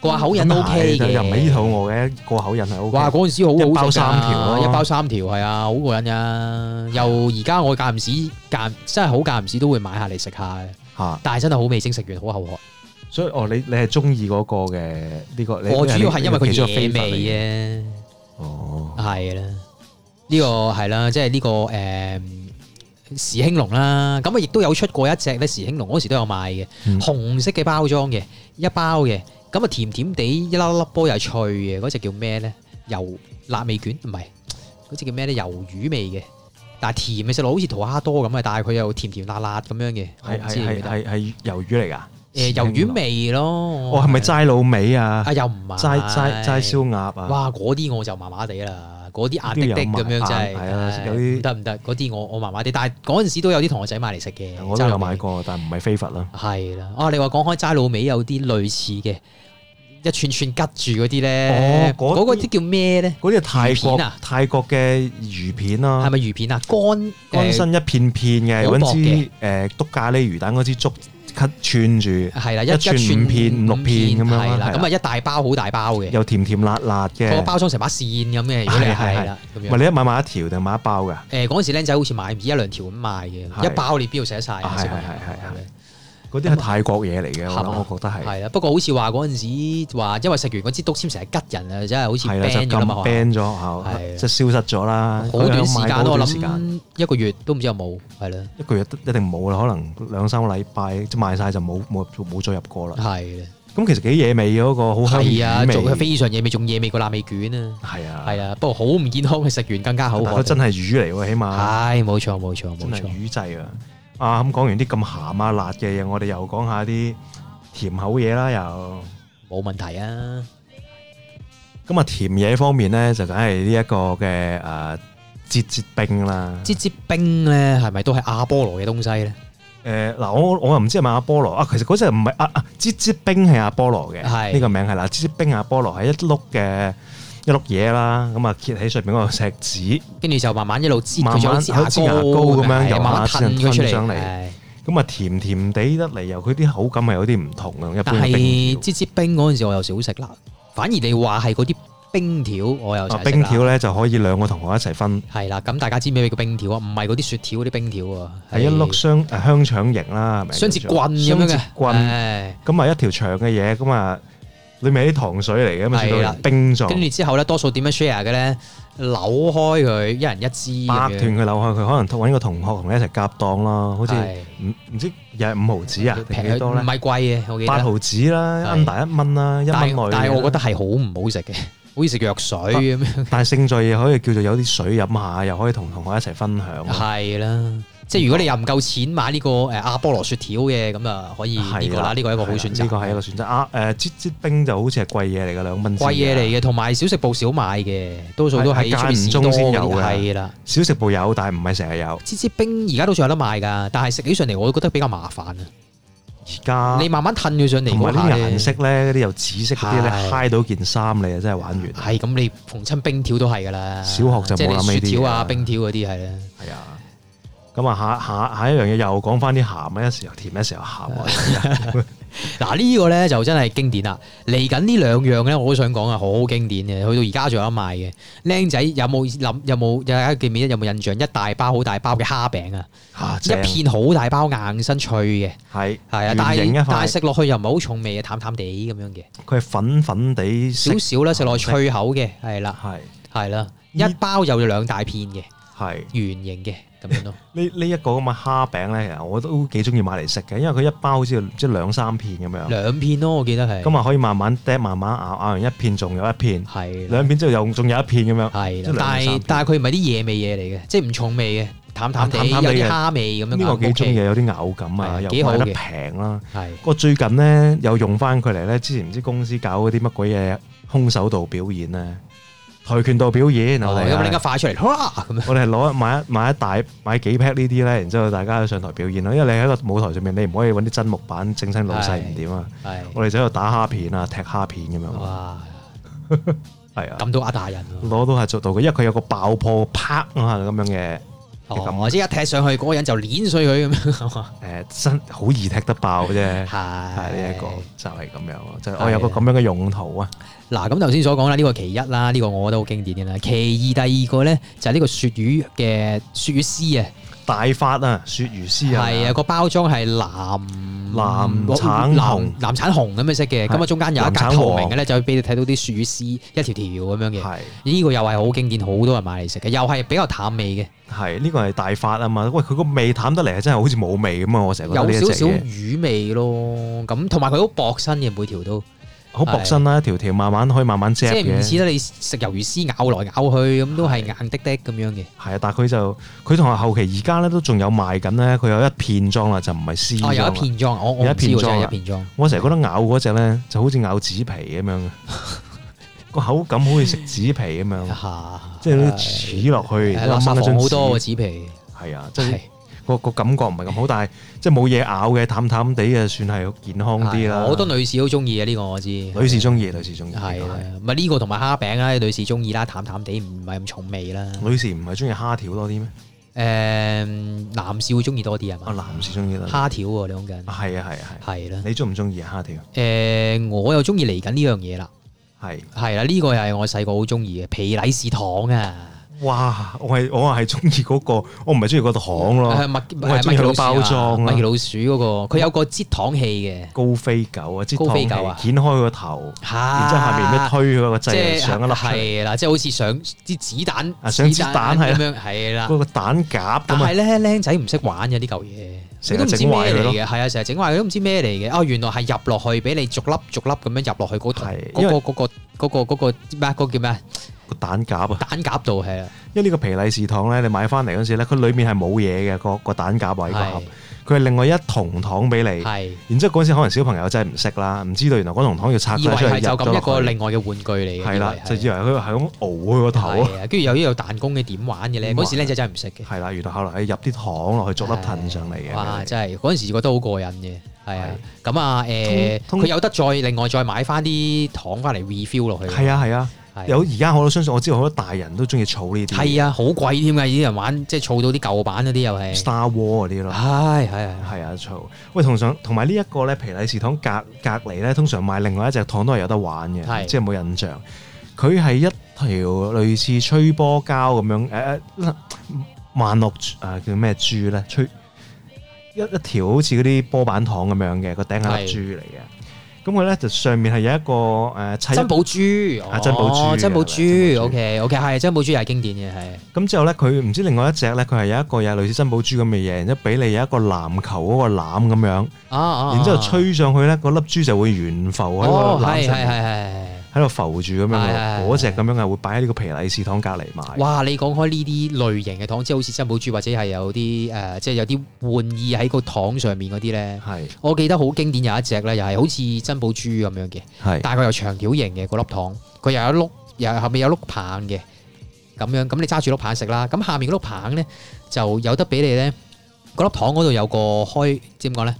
Speaker 2: 個話口癮
Speaker 1: 咁
Speaker 2: O K
Speaker 1: 係
Speaker 2: 嘅，
Speaker 1: 又唔係醫肚。餓嘅，過口癮係 O
Speaker 2: 哇！
Speaker 1: K。
Speaker 2: 嗰陣時好
Speaker 1: 一包
Speaker 2: 好食
Speaker 1: 三條
Speaker 2: 啊，
Speaker 1: 咯
Speaker 2: 一包三條係啊，好過癮啊！又而家我間唔時間真係好間唔時都會買下嚟食下嘅，
Speaker 1: 嚇，
Speaker 2: 但係真係好味精，食完好口渴。
Speaker 1: 所以哦，你你係中意嗰個嘅呢個？你
Speaker 2: 我主要係因為佢
Speaker 1: 你其中一個
Speaker 2: 野
Speaker 1: favourite 嚟嘅。
Speaker 2: 味啊啫。
Speaker 1: 哦，
Speaker 2: 係啦，呢、個係啦，即係呢、個誒、時興龍啦，咁啊亦都有出過一隻咧時興龍嗰時都有賣嘅，
Speaker 1: 嗯
Speaker 2: 紅色嘅包裝嘅一包嘅，咁啊甜甜地一粒粒波又係脆嘅，嗰只叫咩咧？油辣味卷唔係，嗰只叫咩咧？魷魚味嘅，但係甜嘅食落好似桃蝦多咁嘅，但係佢又甜甜辣辣咁樣嘅，我
Speaker 1: 係
Speaker 2: 唔
Speaker 1: 係
Speaker 2: 知你
Speaker 1: 係
Speaker 2: 記唔記得
Speaker 1: 係係魷魚嚟㗎。
Speaker 2: 誒魷魚？味咯，
Speaker 1: 哦，係咪齋老味啊
Speaker 2: 啊？？又唔係
Speaker 1: 齋齋齋燒鴨啊？
Speaker 2: 哇！嗰啲我就麻麻地啦，嗰啲眼滴滴咁
Speaker 1: 呢啲有
Speaker 2: 樣
Speaker 1: 賣
Speaker 2: 真係，
Speaker 1: 係啊
Speaker 2: 唉
Speaker 1: 有啲
Speaker 2: 唔得唔得，嗰啲我我麻麻地。但係嗰陣時都有啲同學仔買嚟食嘅，
Speaker 1: 我都有買
Speaker 2: 齋滷
Speaker 1: 過，但唔係 favourite 啦。
Speaker 2: 味。係啦，啊！你話講開齋老味有啲類似嘅，一串串吉住嗰啲咧
Speaker 1: 哦，嗰啲
Speaker 2: 嗰個啲叫咩咧？
Speaker 1: 嗰啲係泰
Speaker 2: 魚
Speaker 1: 國
Speaker 2: 片啊
Speaker 1: 泰國嘅魚片
Speaker 2: 係
Speaker 1: 啦，
Speaker 2: 咪魚片啊？乾
Speaker 1: 乾
Speaker 2: 誒
Speaker 1: 身一片片嘅，
Speaker 2: 好
Speaker 1: 揾
Speaker 2: 薄嘅
Speaker 1: 支誒篤咖喱魚蛋嗰支竹咳串住，
Speaker 2: 係啦，一
Speaker 1: 一串五片五六片咁樣啦
Speaker 2: 係
Speaker 1: 係
Speaker 2: 啦，
Speaker 1: 啦
Speaker 2: 咁啊一大包好大包嘅，
Speaker 1: 又甜甜辣辣
Speaker 2: 個
Speaker 1: 嘅。
Speaker 2: 包裝成把扇咁嘅，如果你
Speaker 1: 係係
Speaker 2: 係啦咁
Speaker 1: 唔
Speaker 2: 樣
Speaker 1: 係。你一買買一條定買一包㗎？
Speaker 2: 誒嗰陣時僆仔好似買唔知一兩條咁賣嘅，
Speaker 1: 係
Speaker 2: 一包你邊度食得晒啊？
Speaker 1: 係
Speaker 2: 小朋友
Speaker 1: 係係係嗰啲係泰國嘢嚟嘅，我
Speaker 2: 係嘛
Speaker 1: 諗我覺得係。
Speaker 2: 啊係啦，不過好似話嗰陣時話，因為食完嗰支篤籤成日吉人啊，真係好似
Speaker 1: 係啦，就
Speaker 2: ban 咗啦嘛
Speaker 1: 咁，
Speaker 2: 學
Speaker 1: ban 咗嚇
Speaker 2: 係，啊
Speaker 1: 即係消失咗啦。
Speaker 2: 校好短時
Speaker 1: 佢有
Speaker 2: 間
Speaker 1: 賣
Speaker 2: 咯，
Speaker 1: 過
Speaker 2: 我
Speaker 1: 好短時間
Speaker 2: 諗一個月都唔知有冇，係啦，
Speaker 1: 一個月一定冇啦，可能兩三個禮拜即係賣晒就冇冇入冇再入過啦。
Speaker 2: 係啦，
Speaker 1: 咁其實幾野味嘅嗰個，好香
Speaker 2: 係啊，
Speaker 1: 魚
Speaker 2: 仲係
Speaker 1: 味。
Speaker 2: 非常野味，仲野味過辣味卷啊，
Speaker 1: 係啊，
Speaker 2: 係啊，不過好唔健康嘅，食完更加口
Speaker 1: 但
Speaker 2: 渴
Speaker 1: 佢。真係魚嚟喎，起碼
Speaker 2: 係冇錯冇錯
Speaker 1: 真
Speaker 2: 冇
Speaker 1: 係
Speaker 2: 錯，
Speaker 1: 魚製啊！啊咁講完啲咁鹹啊辣嘅嘢，我哋又講下啲甜口嘢啦，又
Speaker 2: 冇問題啊，
Speaker 1: 咁啊甜嘢方面咧，就梗係呢一個嘅誒節節冰啦。
Speaker 2: 支支冰咧係咪都係阿波羅嘅東西咧？
Speaker 1: 誒嗱，我我又唔知係咪阿波羅啊，其實嗰隻唔係啊啊，芝芝冰係阿波羅嘅，
Speaker 2: 係
Speaker 1: 呢個名係啦，芝芝冰阿波羅係一碌嘅一碌嘢啦，咁啊揭起上面嗰個石子，
Speaker 2: 跟住就慢慢一路擠
Speaker 1: 慢
Speaker 2: 佢
Speaker 1: 慢
Speaker 2: 咗支牙
Speaker 1: 好似牙膏咁樣
Speaker 2: 啊係
Speaker 1: 由
Speaker 2: 慢慢
Speaker 1: 下
Speaker 2: 褪佢出
Speaker 1: 吞上
Speaker 2: 嚟
Speaker 1: 嚟。
Speaker 2: 係
Speaker 1: 咁啊甜甜地得嚟，由佢啲口感係有啲唔同啊嘅，一般
Speaker 2: 但
Speaker 1: 嘅
Speaker 2: 係
Speaker 1: 冰條
Speaker 2: 芝芝冰嗰陣時，我又少食啦。反而你話係嗰啲冰條，我又
Speaker 1: 啊
Speaker 2: 成日食
Speaker 1: 冰
Speaker 2: 啦。
Speaker 1: 條咧就可以兩個同學一齊分，
Speaker 2: 係啦，咁大家知唔知咩叫冰條啊？唔係嗰啲雪條嗰啲冰條啊，
Speaker 1: 係一碌雙誒香腸形啦，係咪？
Speaker 2: 雙節棍咁樣
Speaker 1: 雙節
Speaker 2: 嘅，
Speaker 1: 棍
Speaker 2: 唉
Speaker 1: 咁啊一條長嘅嘢，咁啊裡面有啲糖水嚟嘅嘛，啊
Speaker 2: 係啦
Speaker 1: 變到冰狀
Speaker 2: 跟。住之後咧，多數點樣 share 嘅咧？扭開佢，一人一支
Speaker 1: 百
Speaker 2: 咁
Speaker 1: 斷
Speaker 2: 樣，
Speaker 1: 佢扭下佢，可能揾個同學同你一齊夾檔啦，好似
Speaker 2: 係
Speaker 1: 唔唔知又係五毫子啊，定幾多
Speaker 2: 唔
Speaker 1: 咧？
Speaker 2: 係貴嘅，我記
Speaker 1: 八
Speaker 2: 得。
Speaker 1: 毫子啦，
Speaker 2: 係
Speaker 1: 奀大一蚊啦，一
Speaker 2: 但
Speaker 1: 蚊內
Speaker 2: 係
Speaker 1: 嘅。
Speaker 2: 但係我覺得係好唔好食嘅，好似食藥水咁樣。
Speaker 1: 但係勝在嘢可以叫做有啲水飲下，又可以同同學一齊分享。啊
Speaker 2: 係啦，即係如果你又唔夠錢買呢個誒阿波羅雪條嘅，咁啊可以呢個啦，呢個係一個好選擇。
Speaker 1: 呢個係一個選擇啊！誒，擠擠冰就好似係貴嘢嚟㗎，兩蚊。
Speaker 2: 貴嘢嚟，嘅，同埋小食部少買嘅，多數都
Speaker 1: 係
Speaker 2: 喺
Speaker 1: 係
Speaker 2: 出面士
Speaker 1: 間唔
Speaker 2: 多
Speaker 1: 中先
Speaker 2: 嗰
Speaker 1: 有
Speaker 2: 啲
Speaker 1: 嘅
Speaker 2: 係啦。
Speaker 1: 小食部有，但係唔係成日有。
Speaker 2: 芝芝冰而家都仲有得賣㗎，但係食起上嚟我覺得比較麻煩啊。
Speaker 1: 而家
Speaker 2: 你慢慢褪佢上嚟
Speaker 1: 啊同埋
Speaker 2: 嗰
Speaker 1: 啲
Speaker 2: 下咧
Speaker 1: 顏色咧，嗰啲有紫色嗰啲咧，
Speaker 2: 係
Speaker 1: 揩到件衫你啊，真係玩完。
Speaker 2: 係咁，你逢親冰條都係㗎啦。
Speaker 1: 小學就冇諗
Speaker 2: 即係你雪
Speaker 1: 呢啲
Speaker 2: 條啊、
Speaker 1: 嘢
Speaker 2: 冰條嗰啲係啦。
Speaker 1: 係啊，咁啊下下下一樣嘢又講翻啲鹹咧，一時候甜，一時候鹹 啊。
Speaker 2: 嗱呢個咧就真係經典啦！嚟緊呢兩樣咧，我都想講啊，好經典嘅，去到而家仲有得賣嘅。僆仔有冇諗？有冇大家記唔記得？有冇印象？一大包好大包嘅蝦餅啊，
Speaker 1: 嚇
Speaker 2: 一片好大包硬身脆嘅，
Speaker 1: 係
Speaker 2: 係啊，但
Speaker 1: 圓形一
Speaker 2: 係
Speaker 1: 塊
Speaker 2: 但係食落去又唔係好重味嘅，淡淡地咁樣嘅，
Speaker 1: 佢係粉粉地色
Speaker 2: 少，少啦，食
Speaker 1: 哦
Speaker 2: 落去脆口嘅，係啦，
Speaker 1: 係
Speaker 2: 係啦，一
Speaker 1: 呢
Speaker 2: 包有兩大片嘅，
Speaker 1: 係
Speaker 2: 圓形嘅咁 樣咯，
Speaker 1: 呢呢一個咁嘅蝦餅咧，其實我都幾中意買嚟食嘅，因為佢一包好似即係兩三片咁樣，
Speaker 2: 兩片咯，我記得係，
Speaker 1: 咁啊可以慢慢嗒，慢慢咬，咬完一片仲有一片，
Speaker 2: 係啦
Speaker 1: 兩片之後又仲有一片咁樣。
Speaker 2: 係
Speaker 1: 即係
Speaker 2: 啦，
Speaker 1: 兩
Speaker 2: 但
Speaker 1: 三片
Speaker 2: 係但係佢唔係啲野味嘢嚟嘅，即係唔重味嘅，淡淡地
Speaker 1: 淡
Speaker 2: 有
Speaker 1: 淡地嘅
Speaker 2: 啲蝦味咁樣，
Speaker 1: 呢個幾中意，
Speaker 2: 嘅，
Speaker 1: 有啲咬感
Speaker 2: 係
Speaker 1: 啊，
Speaker 2: 啊
Speaker 1: 又
Speaker 2: 幾好
Speaker 1: 賣得
Speaker 2: 嘅
Speaker 1: 平啦。
Speaker 2: 係
Speaker 1: 我最近咧又用翻佢嚟咧，之前唔知公司搞嗰啲乜鬼嘢空手道表演咧，跆拳道表演，我哋
Speaker 2: 哦咁你而家
Speaker 1: 係啊
Speaker 2: 快出 嚟，哇咁樣
Speaker 1: 我哋係攞一買一買一大買幾 pack 呢啲咧，然之後大家上台表演咯。因為你喺個舞台上面，你唔可以揾啲真木板整親老細唔掂啊！
Speaker 2: 係哦
Speaker 1: 我哋就喺度打蝦片啊，踢蝦片咁樣，
Speaker 2: 哇，
Speaker 1: 係啊，
Speaker 2: 撳到呃大人喎！
Speaker 1: 攞到係做到嘅，因為佢有個爆破啪啊咁樣嘅。咁
Speaker 2: 哦，即刻踢上去，嗰個人就碾碎佢咁樣，係嘛
Speaker 1: 誒真好易踢得爆嘅啫，係
Speaker 2: 係
Speaker 1: 呢一個就係咁樣咯，就係
Speaker 2: 係
Speaker 1: 我有個咁樣嘅用途啊，
Speaker 2: 嗱，咁頭先所講啦，呢個其一啦，呢個我覺得好經典嘅啦。其二第二個咧就係呢個鱈魚嘅鱈魚絲啊，
Speaker 1: 大發啊，雪如絲啊，
Speaker 2: 係啊，個包裝係藍
Speaker 1: 藍橙紅
Speaker 2: 藍藍橙紅咁樣色嘅，
Speaker 1: 係
Speaker 2: 咁啊中間有一
Speaker 1: 藍
Speaker 2: 格
Speaker 1: 橙
Speaker 2: 透明
Speaker 1: 黃
Speaker 2: 嘅咧，就俾你睇到啲鱈魚絲一條條咁樣嘅。
Speaker 1: 係
Speaker 2: 呢個又係好經典，好多人買嚟食嘅，又係比較淡味嘅，
Speaker 1: 係呢個係大發啊嘛，喂佢個味淡得嚟係真係好似冇味咁啊，我成日覺得
Speaker 2: 有
Speaker 1: 呢一
Speaker 2: 少
Speaker 1: 隻
Speaker 2: 少
Speaker 1: 嘢
Speaker 2: 魚味咯。咁同埋佢好薄身嘅，每條都
Speaker 1: 好薄身啦，一條條慢慢可以慢慢
Speaker 2: 即
Speaker 1: 嚼
Speaker 2: 係唔
Speaker 1: 嘅，
Speaker 2: 似得你食魷魚絲咬來咬去咁，都係硬滴滴咁樣嘅。
Speaker 1: 係啊，但係佢就佢同埋後期而家咧都仲有賣緊咧，佢有一片裝啦，就唔係絲
Speaker 2: 哦，有一
Speaker 1: 裝啦。啊
Speaker 2: 片裝，我我
Speaker 1: 有一
Speaker 2: 唔知
Speaker 1: 片
Speaker 2: 喎，真
Speaker 1: 裝
Speaker 2: 係
Speaker 1: 啊
Speaker 2: 一片裝。
Speaker 1: 我成日覺得咬嗰只咧就好似咬紙皮咁樣 嘅，個口感好似食紙皮咁樣。
Speaker 2: 嚇！
Speaker 1: 即係都黐落去，
Speaker 2: 係
Speaker 1: 然之後掹一
Speaker 2: 垃圾房
Speaker 1: 張
Speaker 2: 好多
Speaker 1: 紙
Speaker 2: 喎，紙皮
Speaker 1: 係啊，即係
Speaker 2: 係
Speaker 1: 個個感覺唔係咁好，但係即係冇嘢咬嘅，淡淡地嘅算係健康啲啦。
Speaker 2: 係好多女士好中意嘅啊呢個我知，女
Speaker 1: 女士中意，女士中意，呢
Speaker 2: 係
Speaker 1: 個係
Speaker 2: 啊，咪呢個同埋蝦餅啦，女士中意啦，淡淡地唔係咁重味啦。
Speaker 1: 女士唔係中意蝦條多啲咩？
Speaker 2: 誒，
Speaker 1: 嗯
Speaker 2: 男士會中意多啲係
Speaker 1: 啊，
Speaker 2: 嘛？
Speaker 1: 男士中意啦。
Speaker 2: 蝦條喎，你講
Speaker 1: 係
Speaker 2: 緊
Speaker 1: 啊係啊
Speaker 2: 係啦
Speaker 1: 係。。你中唔中意啊蝦條？
Speaker 2: 誒，我又中意嚟緊呢樣嘢啦，
Speaker 1: 係
Speaker 2: 係啦，呢個又係我細個好中意嘅皮禮士糖啊，
Speaker 1: 哇！我係我係中意嗰個，我唔係中意嗰糖
Speaker 2: 係
Speaker 1: 咯，
Speaker 2: 麥
Speaker 1: 哦我係
Speaker 2: 麥
Speaker 1: 中意佢
Speaker 2: 奇老
Speaker 1: 個
Speaker 2: 鼠啊
Speaker 1: 包裝啦
Speaker 2: 麥奇老鼠嗰個，佢有個擠糖器嘅，
Speaker 1: 高飛狗啊，支
Speaker 2: 高
Speaker 1: 糖
Speaker 2: 飛
Speaker 1: 氣
Speaker 2: 狗啊
Speaker 1: 掀開佢個頭，
Speaker 2: 嚇
Speaker 1: 然之後下面咩推佢個
Speaker 2: 即
Speaker 1: 掣上一粒出嚟，
Speaker 2: 係啦，即係好似上啲子彈，
Speaker 1: 啊上子彈係啦
Speaker 2: 咁樣係啦。
Speaker 1: 嗰個蛋夾
Speaker 2: 但
Speaker 1: 咁啊
Speaker 2: 係！咧，僆仔唔識玩嘅呢嚿嘢，
Speaker 1: 成
Speaker 2: 佢
Speaker 1: 日
Speaker 2: 都唔知
Speaker 1: 整
Speaker 2: 咩
Speaker 1: 壞佢
Speaker 2: 嚟
Speaker 1: 咯
Speaker 2: 嘅，係啊，成日整壞佢都唔知咩嚟嘅。哦，原來係入落去，俾你逐粒逐粒咁樣入落去嗰度
Speaker 1: 係因為
Speaker 2: 嗰個嗰個嗰個嗰個咩啊嗰個叫咩啊
Speaker 1: 個蛋夾啊！
Speaker 2: 蛋夾度係啦，
Speaker 1: 因為呢個皮禮士糖咧，你買翻嚟嗰時咧，佢裡面係冇嘢嘅，個個蛋夾位個盒
Speaker 2: 係，
Speaker 1: 佢係另外一筒糖俾你。
Speaker 2: 係
Speaker 1: 然之後嗰陣時可能小朋友真係唔識啦，唔知道原來嗰筒糖要拆
Speaker 2: 以為
Speaker 1: 開出嚟
Speaker 2: 係就
Speaker 1: 入咗
Speaker 2: 咁一個
Speaker 1: 落去。
Speaker 2: 另外嘅玩具嚟嘅，
Speaker 1: 係啦
Speaker 2: 以為，
Speaker 1: 就
Speaker 2: 係
Speaker 1: 以為佢係咁熬佢個頭啊。
Speaker 2: 係啊跟住有啲有彈弓嘅點玩嘅咧，
Speaker 1: 點玩
Speaker 2: 嗰時僆仔真係唔識嘅。
Speaker 1: 係啦，原來後來係入啲糖落去，逐粒褪上嚟嘅。
Speaker 2: 哇！
Speaker 1: 俾
Speaker 2: 真係嗰陣時覺得好過癮嘅，係啊。咁啊誒，
Speaker 1: 通通
Speaker 2: 佢有得再另外再買翻啲糖翻嚟 refill 落去。
Speaker 1: 你係啊係啊，
Speaker 2: 係，
Speaker 1: 有而家我都相信，我知道好多大人都中意儲呢啲。
Speaker 2: 係啊，好貴添㗎！啲人玩即係儲到啲舊版嗰啲又係，
Speaker 1: Star War 嗰啲咯。
Speaker 2: 唉係啊，
Speaker 1: 係啊，儲喂，同上同埋呢一個咧，皮禮士糖隔隔離咧，通常賣另外一隻糖都係有得玩嘅，
Speaker 2: 係
Speaker 1: 即係冇印象。佢係一條類似吹波膠咁樣，誒、呃、誒萬樂珠啊叫咩珠咧？吹一一條好似嗰啲波板糖咁樣嘅，個頂係粒
Speaker 2: 係
Speaker 1: 珠嚟嘅。咁佢咧就上面係有一個誒、呃砌一
Speaker 2: 珍寶珠，
Speaker 1: 啊珍寶珠
Speaker 2: 哦珍寶珠
Speaker 1: 係啦珍寶珠
Speaker 2: ，OK OK 係珍寶珠又係經典嘅係，
Speaker 1: 咁之後咧，佢唔知另外一隻咧，佢係有一個又係類似珍寶珠咁嘅嘢，然之後俾你有一個籃球嗰個籃咁樣，
Speaker 2: 啊啊，啊
Speaker 1: 然之後，吹上去咧，個粒珠就會懸浮喺
Speaker 2: 哦
Speaker 1: 個籃
Speaker 2: 係
Speaker 1: 上
Speaker 2: 係
Speaker 1: 面
Speaker 2: 係係，
Speaker 1: 喺度浮住咁樣
Speaker 2: 係
Speaker 1: 嘅，
Speaker 2: 係係
Speaker 1: 嗰只咁樣係會擺喺呢個皮禮士糖隔離賣。
Speaker 2: 哇！你講開呢啲類型嘅糖，即係好似珍寶珠或者係有啲誒，即係有啲玩意喺個糖上面嗰啲咧。
Speaker 1: 係
Speaker 2: 我記得好經典有一隻咧，又係好似珍寶珠咁樣嘅，
Speaker 1: 係
Speaker 2: 但係佢又長條形嘅個粒糖，佢又有一碌，又後面有碌棒嘅，咁樣咁你揸住碌棒食啦。咁下面嗰碌棒咧就有得俾你咧，嗰粒糖嗰度有個開，點講咧？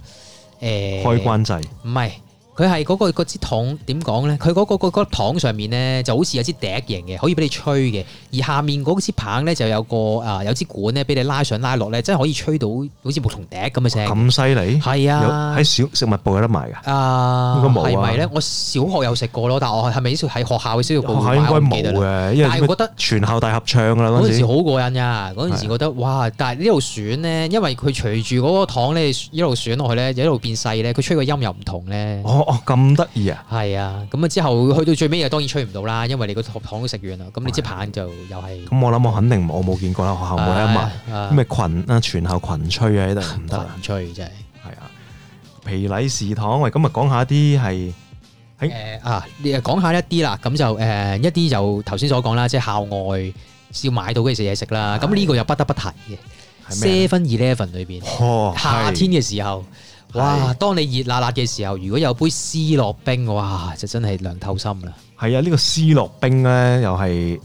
Speaker 2: 誒、
Speaker 1: 開關掣，
Speaker 2: 唔係，佢係嗰個嗰支糖點講咧？佢嗰、個嗰、個糖上面咧就好似有支笛形嘅，可以俾你吹嘅。而下面嗰支棒咧就有個啊、有支管咧俾你拉上拉落咧，真係可以吹到好似牧童笛咁嘅聲。
Speaker 1: 哦咁犀利？
Speaker 2: 係
Speaker 1: 有
Speaker 2: 啊
Speaker 1: 喺。小食物部有得賣㗎，
Speaker 2: 啊，
Speaker 1: 應該冇啊
Speaker 2: 係咪咧？我小學有食過咯，但我係咪喺學校嘅小食部
Speaker 1: 學哦校應
Speaker 2: 買
Speaker 1: 該
Speaker 2: 我唔記
Speaker 1: 冇
Speaker 2: 得啦
Speaker 1: 嘅，因為
Speaker 2: 但係我覺得
Speaker 1: 全校大合唱㗎啦
Speaker 2: 嗰
Speaker 1: 嗰陣
Speaker 2: 陣
Speaker 1: 時
Speaker 2: 時。好過癮㗎，嗰陣時
Speaker 1: 係
Speaker 2: 覺得哇！但係呢度選咧，因為佢隨住嗰個糖咧一路選落去咧，就一路變細咧，佢吹個音又唔同咧。
Speaker 1: 哦哦，咁得意啊！
Speaker 2: 係啊，咁啊之後去到最尾又當然吹唔到啦，因為你個糖都食完啦，咁你支
Speaker 1: 係
Speaker 2: 棒就又係
Speaker 1: 咁我諗我肯定我冇見過啦，學校冇得賣。
Speaker 2: 啊
Speaker 1: 咩群啊，全校群吹啊，呢度唔得啊
Speaker 2: 啊，群吹真係
Speaker 1: 係啊。皮禮士糖，喂，咁啊講下啲係誒
Speaker 2: 誒啊！你又講下一啲啦，咁就誒一啲就頭先所講啦，即係校外要買到嘅嘢食啦。咁呢個又不得不提嘅
Speaker 1: 係咩呢？啊
Speaker 2: Seven Eleven 裏邊
Speaker 1: 哦，
Speaker 2: 夏
Speaker 1: 係
Speaker 2: 天嘅時候哇！當你熱辣辣嘅時候，如果有杯思樂冰，哇，就真係涼透心啦。
Speaker 1: 係啊，呢個思樂冰咧，又係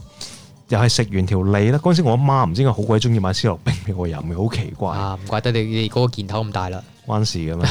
Speaker 1: 又係食完條脷啦。嗰陣時我阿媽唔知點解好鬼中意買思樂冰俾我飲嘅，好奇怪，
Speaker 2: 啊，唔怪得你你嗰個件頭咁大啦。
Speaker 1: 關事 嘅咩？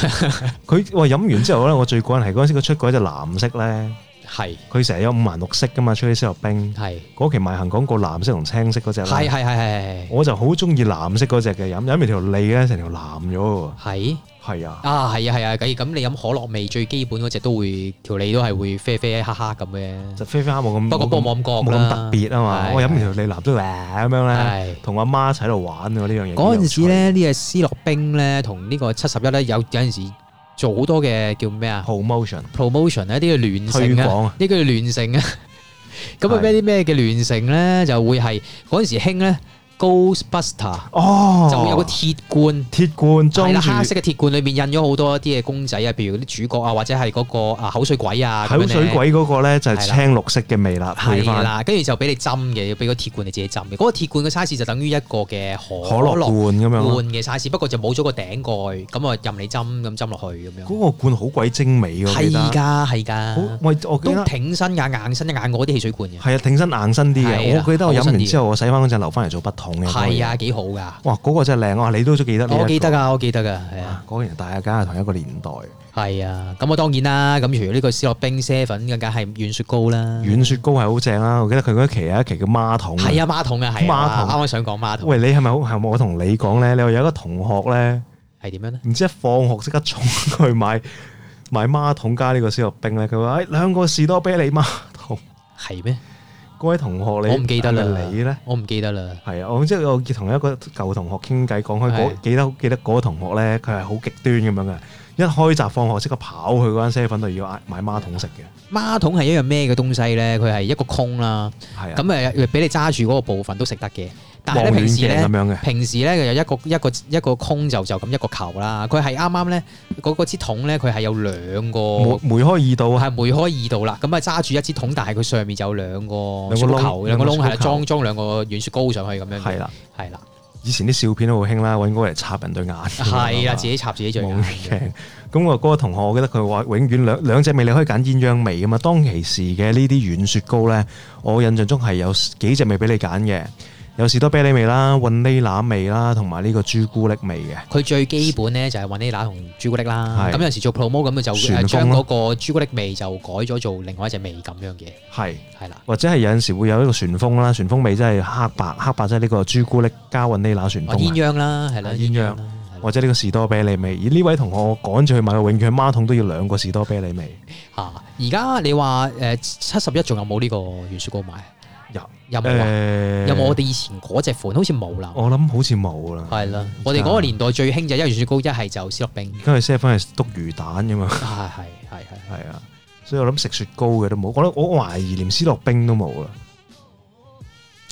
Speaker 1: 佢話飲完之後咧，我最過癮係嗰陣時佢出過一隻藍色咧，
Speaker 2: 係
Speaker 1: 佢成日有五顏六色噶嘛，出啲思樂冰。
Speaker 2: 係
Speaker 1: 嗰期賣行廣告藍色同青色嗰只
Speaker 2: 係係
Speaker 1: 咧，
Speaker 2: 係係
Speaker 1: 我就好中意藍色嗰只嘅飲，飲完條脷咧成條藍咗喎。
Speaker 2: 係
Speaker 1: 係啊，
Speaker 2: 啊係啊係啊，咁咁你飲可樂味最基本嗰只都會條脷都係會啡啡黑黑咁嘅。
Speaker 1: 就飛飛下冇咁，
Speaker 2: 嗯不過不過冇咁覺
Speaker 1: 冇咁
Speaker 2: 啦
Speaker 1: 特別啊嘛。
Speaker 2: 係
Speaker 1: 我飲完條脷藍咗咁樣咧，
Speaker 2: 係。
Speaker 1: 同阿媽一齊喺度玩喎呢樣嘢。
Speaker 2: 嗰
Speaker 1: 幾有
Speaker 2: 陣
Speaker 1: 趣
Speaker 2: 時，咧，呢個思樂冰咧，同呢個七十一咧，有有陣時做好多嘅叫咩啊
Speaker 1: promotion
Speaker 2: promotion 呢啲叫聯
Speaker 1: 推
Speaker 2: 乘啊，
Speaker 1: 廣啊，
Speaker 2: 呢個叫聯 乘啊。咁啊
Speaker 1: 係
Speaker 2: 咩啲咩嘅聯乘咧，就會係嗰陣時興咧 Ghostbuster，
Speaker 1: 哦，
Speaker 2: 就會有個鐵罐。
Speaker 1: 鐵罐裝
Speaker 2: 係啦，
Speaker 1: 住
Speaker 2: 黑色嘅鐵罐裏面印咗好多一啲嘅公仔啊，譬如啲主角啊，或者係嗰個啊口水鬼啊，咁樣
Speaker 1: 口水
Speaker 2: 咧
Speaker 1: 鬼嗰個咧就係
Speaker 2: 係啦
Speaker 1: 青綠色嘅微辣配
Speaker 2: 係
Speaker 1: 翻
Speaker 2: 啦，跟住就俾你針嘅，要俾個鐵罐你自己針嘅。嗰、個鐵罐嘅 size 就等於一個嘅可
Speaker 1: 可樂罐
Speaker 2: 樂
Speaker 1: 咁樣
Speaker 2: 罐
Speaker 1: 咯。
Speaker 2: 嘅 size，不過就冇咗個頂蓋，咁啊任你針咁針落去咁樣。
Speaker 1: 嗰個罐好鬼精美㗎，我記
Speaker 2: 係
Speaker 1: 得。
Speaker 2: 㗎，係
Speaker 1: 好
Speaker 2: 㗎，，
Speaker 1: 我我記
Speaker 2: 都
Speaker 1: 得
Speaker 2: 挺身㗎，硬身㗎，硬過啲汽水罐嘅。
Speaker 1: 係啊，挺身硬身啲
Speaker 2: 係
Speaker 1: 嘅。
Speaker 2: 啦
Speaker 1: 我記得我飲
Speaker 2: 厚身
Speaker 1: 完
Speaker 2: 啲嘅
Speaker 1: 之後，我洗翻嗰陣留翻嚟做筆筒嘅。嗰個
Speaker 2: 係
Speaker 1: 嘢
Speaker 2: 啊，幾好㗎。
Speaker 1: 哇！嗰個真係靚啊！你都記得呢一個
Speaker 2: 我記得㗎，我記得㗎，係啊，
Speaker 1: 嗰個人大家係同一個年代。
Speaker 2: 係啊。咁我當然啦，咁除咗呢個思樂冰 seven，更加係軟雪糕啦。
Speaker 1: 軟雪糕係好正啊啦，我記得佢嗰期有一期叫孖桶。
Speaker 2: 係啊，馬桶啊，係
Speaker 1: 馬
Speaker 2: 啊，
Speaker 1: 桶
Speaker 2: 啱啱想講馬桶
Speaker 1: 喂，你係咪好係咪我同你講咧？你話有一個同學咧，
Speaker 2: 係點樣咧？
Speaker 1: 唔知一放學即刻衝去買 買孖桶加呢個燒肉冰咧，佢話：誒哎兩個士多啤梨孖桶。
Speaker 2: 係咩？
Speaker 1: 嗰位同學你
Speaker 2: 我唔記得啦
Speaker 1: 係咪你咧？
Speaker 2: 我唔記得啦。
Speaker 1: 係啊，我即係我同一個舊同學傾偈，講開嗰
Speaker 2: 係
Speaker 1: 記得記得嗰個同學咧，佢係好極端咁樣嘅，一開閘放學即刻跑去嗰間 seven 度要嗌買孖桶食嘅，
Speaker 2: 馬桶係一樣咩嘅東西咧？佢係一個空啦，
Speaker 1: 係啊，
Speaker 2: 咁誒俾你揸住嗰個部分都食得嘅。但係
Speaker 1: 望
Speaker 2: 咧
Speaker 1: 遠
Speaker 2: 平時
Speaker 1: 鏡咁
Speaker 2: 咧，
Speaker 1: 樣嘅。
Speaker 2: 平時咧佢有一個一個一個空就就咁一個球啦。佢係啱啱咧嗰個支筒咧，佢係有兩
Speaker 1: 梅
Speaker 2: 個。
Speaker 1: 梅開二度啊，
Speaker 2: 係梅開二度啦，咁啊揸住一支筒，但係佢上面就有兩個雪
Speaker 1: 兩個窿
Speaker 2: 糕球，兩個
Speaker 1: 兩個雪
Speaker 2: 窿係啦
Speaker 1: 糕球
Speaker 2: 裝裝兩個軟雪糕上去咁樣嘅，
Speaker 1: 係啦，
Speaker 2: 係啦，
Speaker 1: 以前啲笑片都好興啦，揾嗰個嚟插人對眼，
Speaker 2: 係啊啦，自己插自己
Speaker 1: 望
Speaker 2: 最
Speaker 1: 遠鏡。咁我嗰個同學，我記得佢話永遠兩兩隻味你可以揀鴛鴦味噶嘛。當其時嘅呢啲軟雪糕咧，我印象中係有幾隻味俾你揀嘅，有士多啤梨味啦、雲呢拿味啦，同埋呢個朱古力味嘅。
Speaker 2: 佢最基本咧就係 vanilla 同朱古力啦，
Speaker 1: 係
Speaker 2: 咁有時做 promo 咁佢就
Speaker 1: 旋風
Speaker 2: 誒將嗰個朱古力味就改咗做另外一隻味咁樣嘅，
Speaker 1: 係，
Speaker 2: 係啦，
Speaker 1: 或者係有陣時會有呢個旋風啦，旋風味即係黑白，黑白即係呢個朱古力加雲呢拿旋風
Speaker 2: 哦鴛
Speaker 1: 啊，
Speaker 2: 鴦啦，係啦，
Speaker 1: 啊鴛
Speaker 2: 鴛
Speaker 1: 鴦
Speaker 2: 鴦啦，係啦
Speaker 1: 或者呢個士多啤梨味。而呢位同學，我趕住去買，永遠孖桶都要兩個士多啤梨味。
Speaker 2: 嚇！啊而家你話誒七十一仲有冇呢個軟雪糕賣？啊
Speaker 1: 有呃
Speaker 2: 有冇啊？
Speaker 1: 誒
Speaker 2: 有冇我哋以前嗰隻款？好似冇啦，
Speaker 1: 我諗好似冇啦。
Speaker 2: 係啦，我哋嗰個年代最興就一係軟雪糕，一係就思樂冰，
Speaker 1: 而家佢 set 翻 係篤魚蛋噶嘛，
Speaker 2: 係係係係
Speaker 1: 係啊，所以我諗食雪糕嘅都冇，我諗我懷疑連思樂冰都冇啊啦。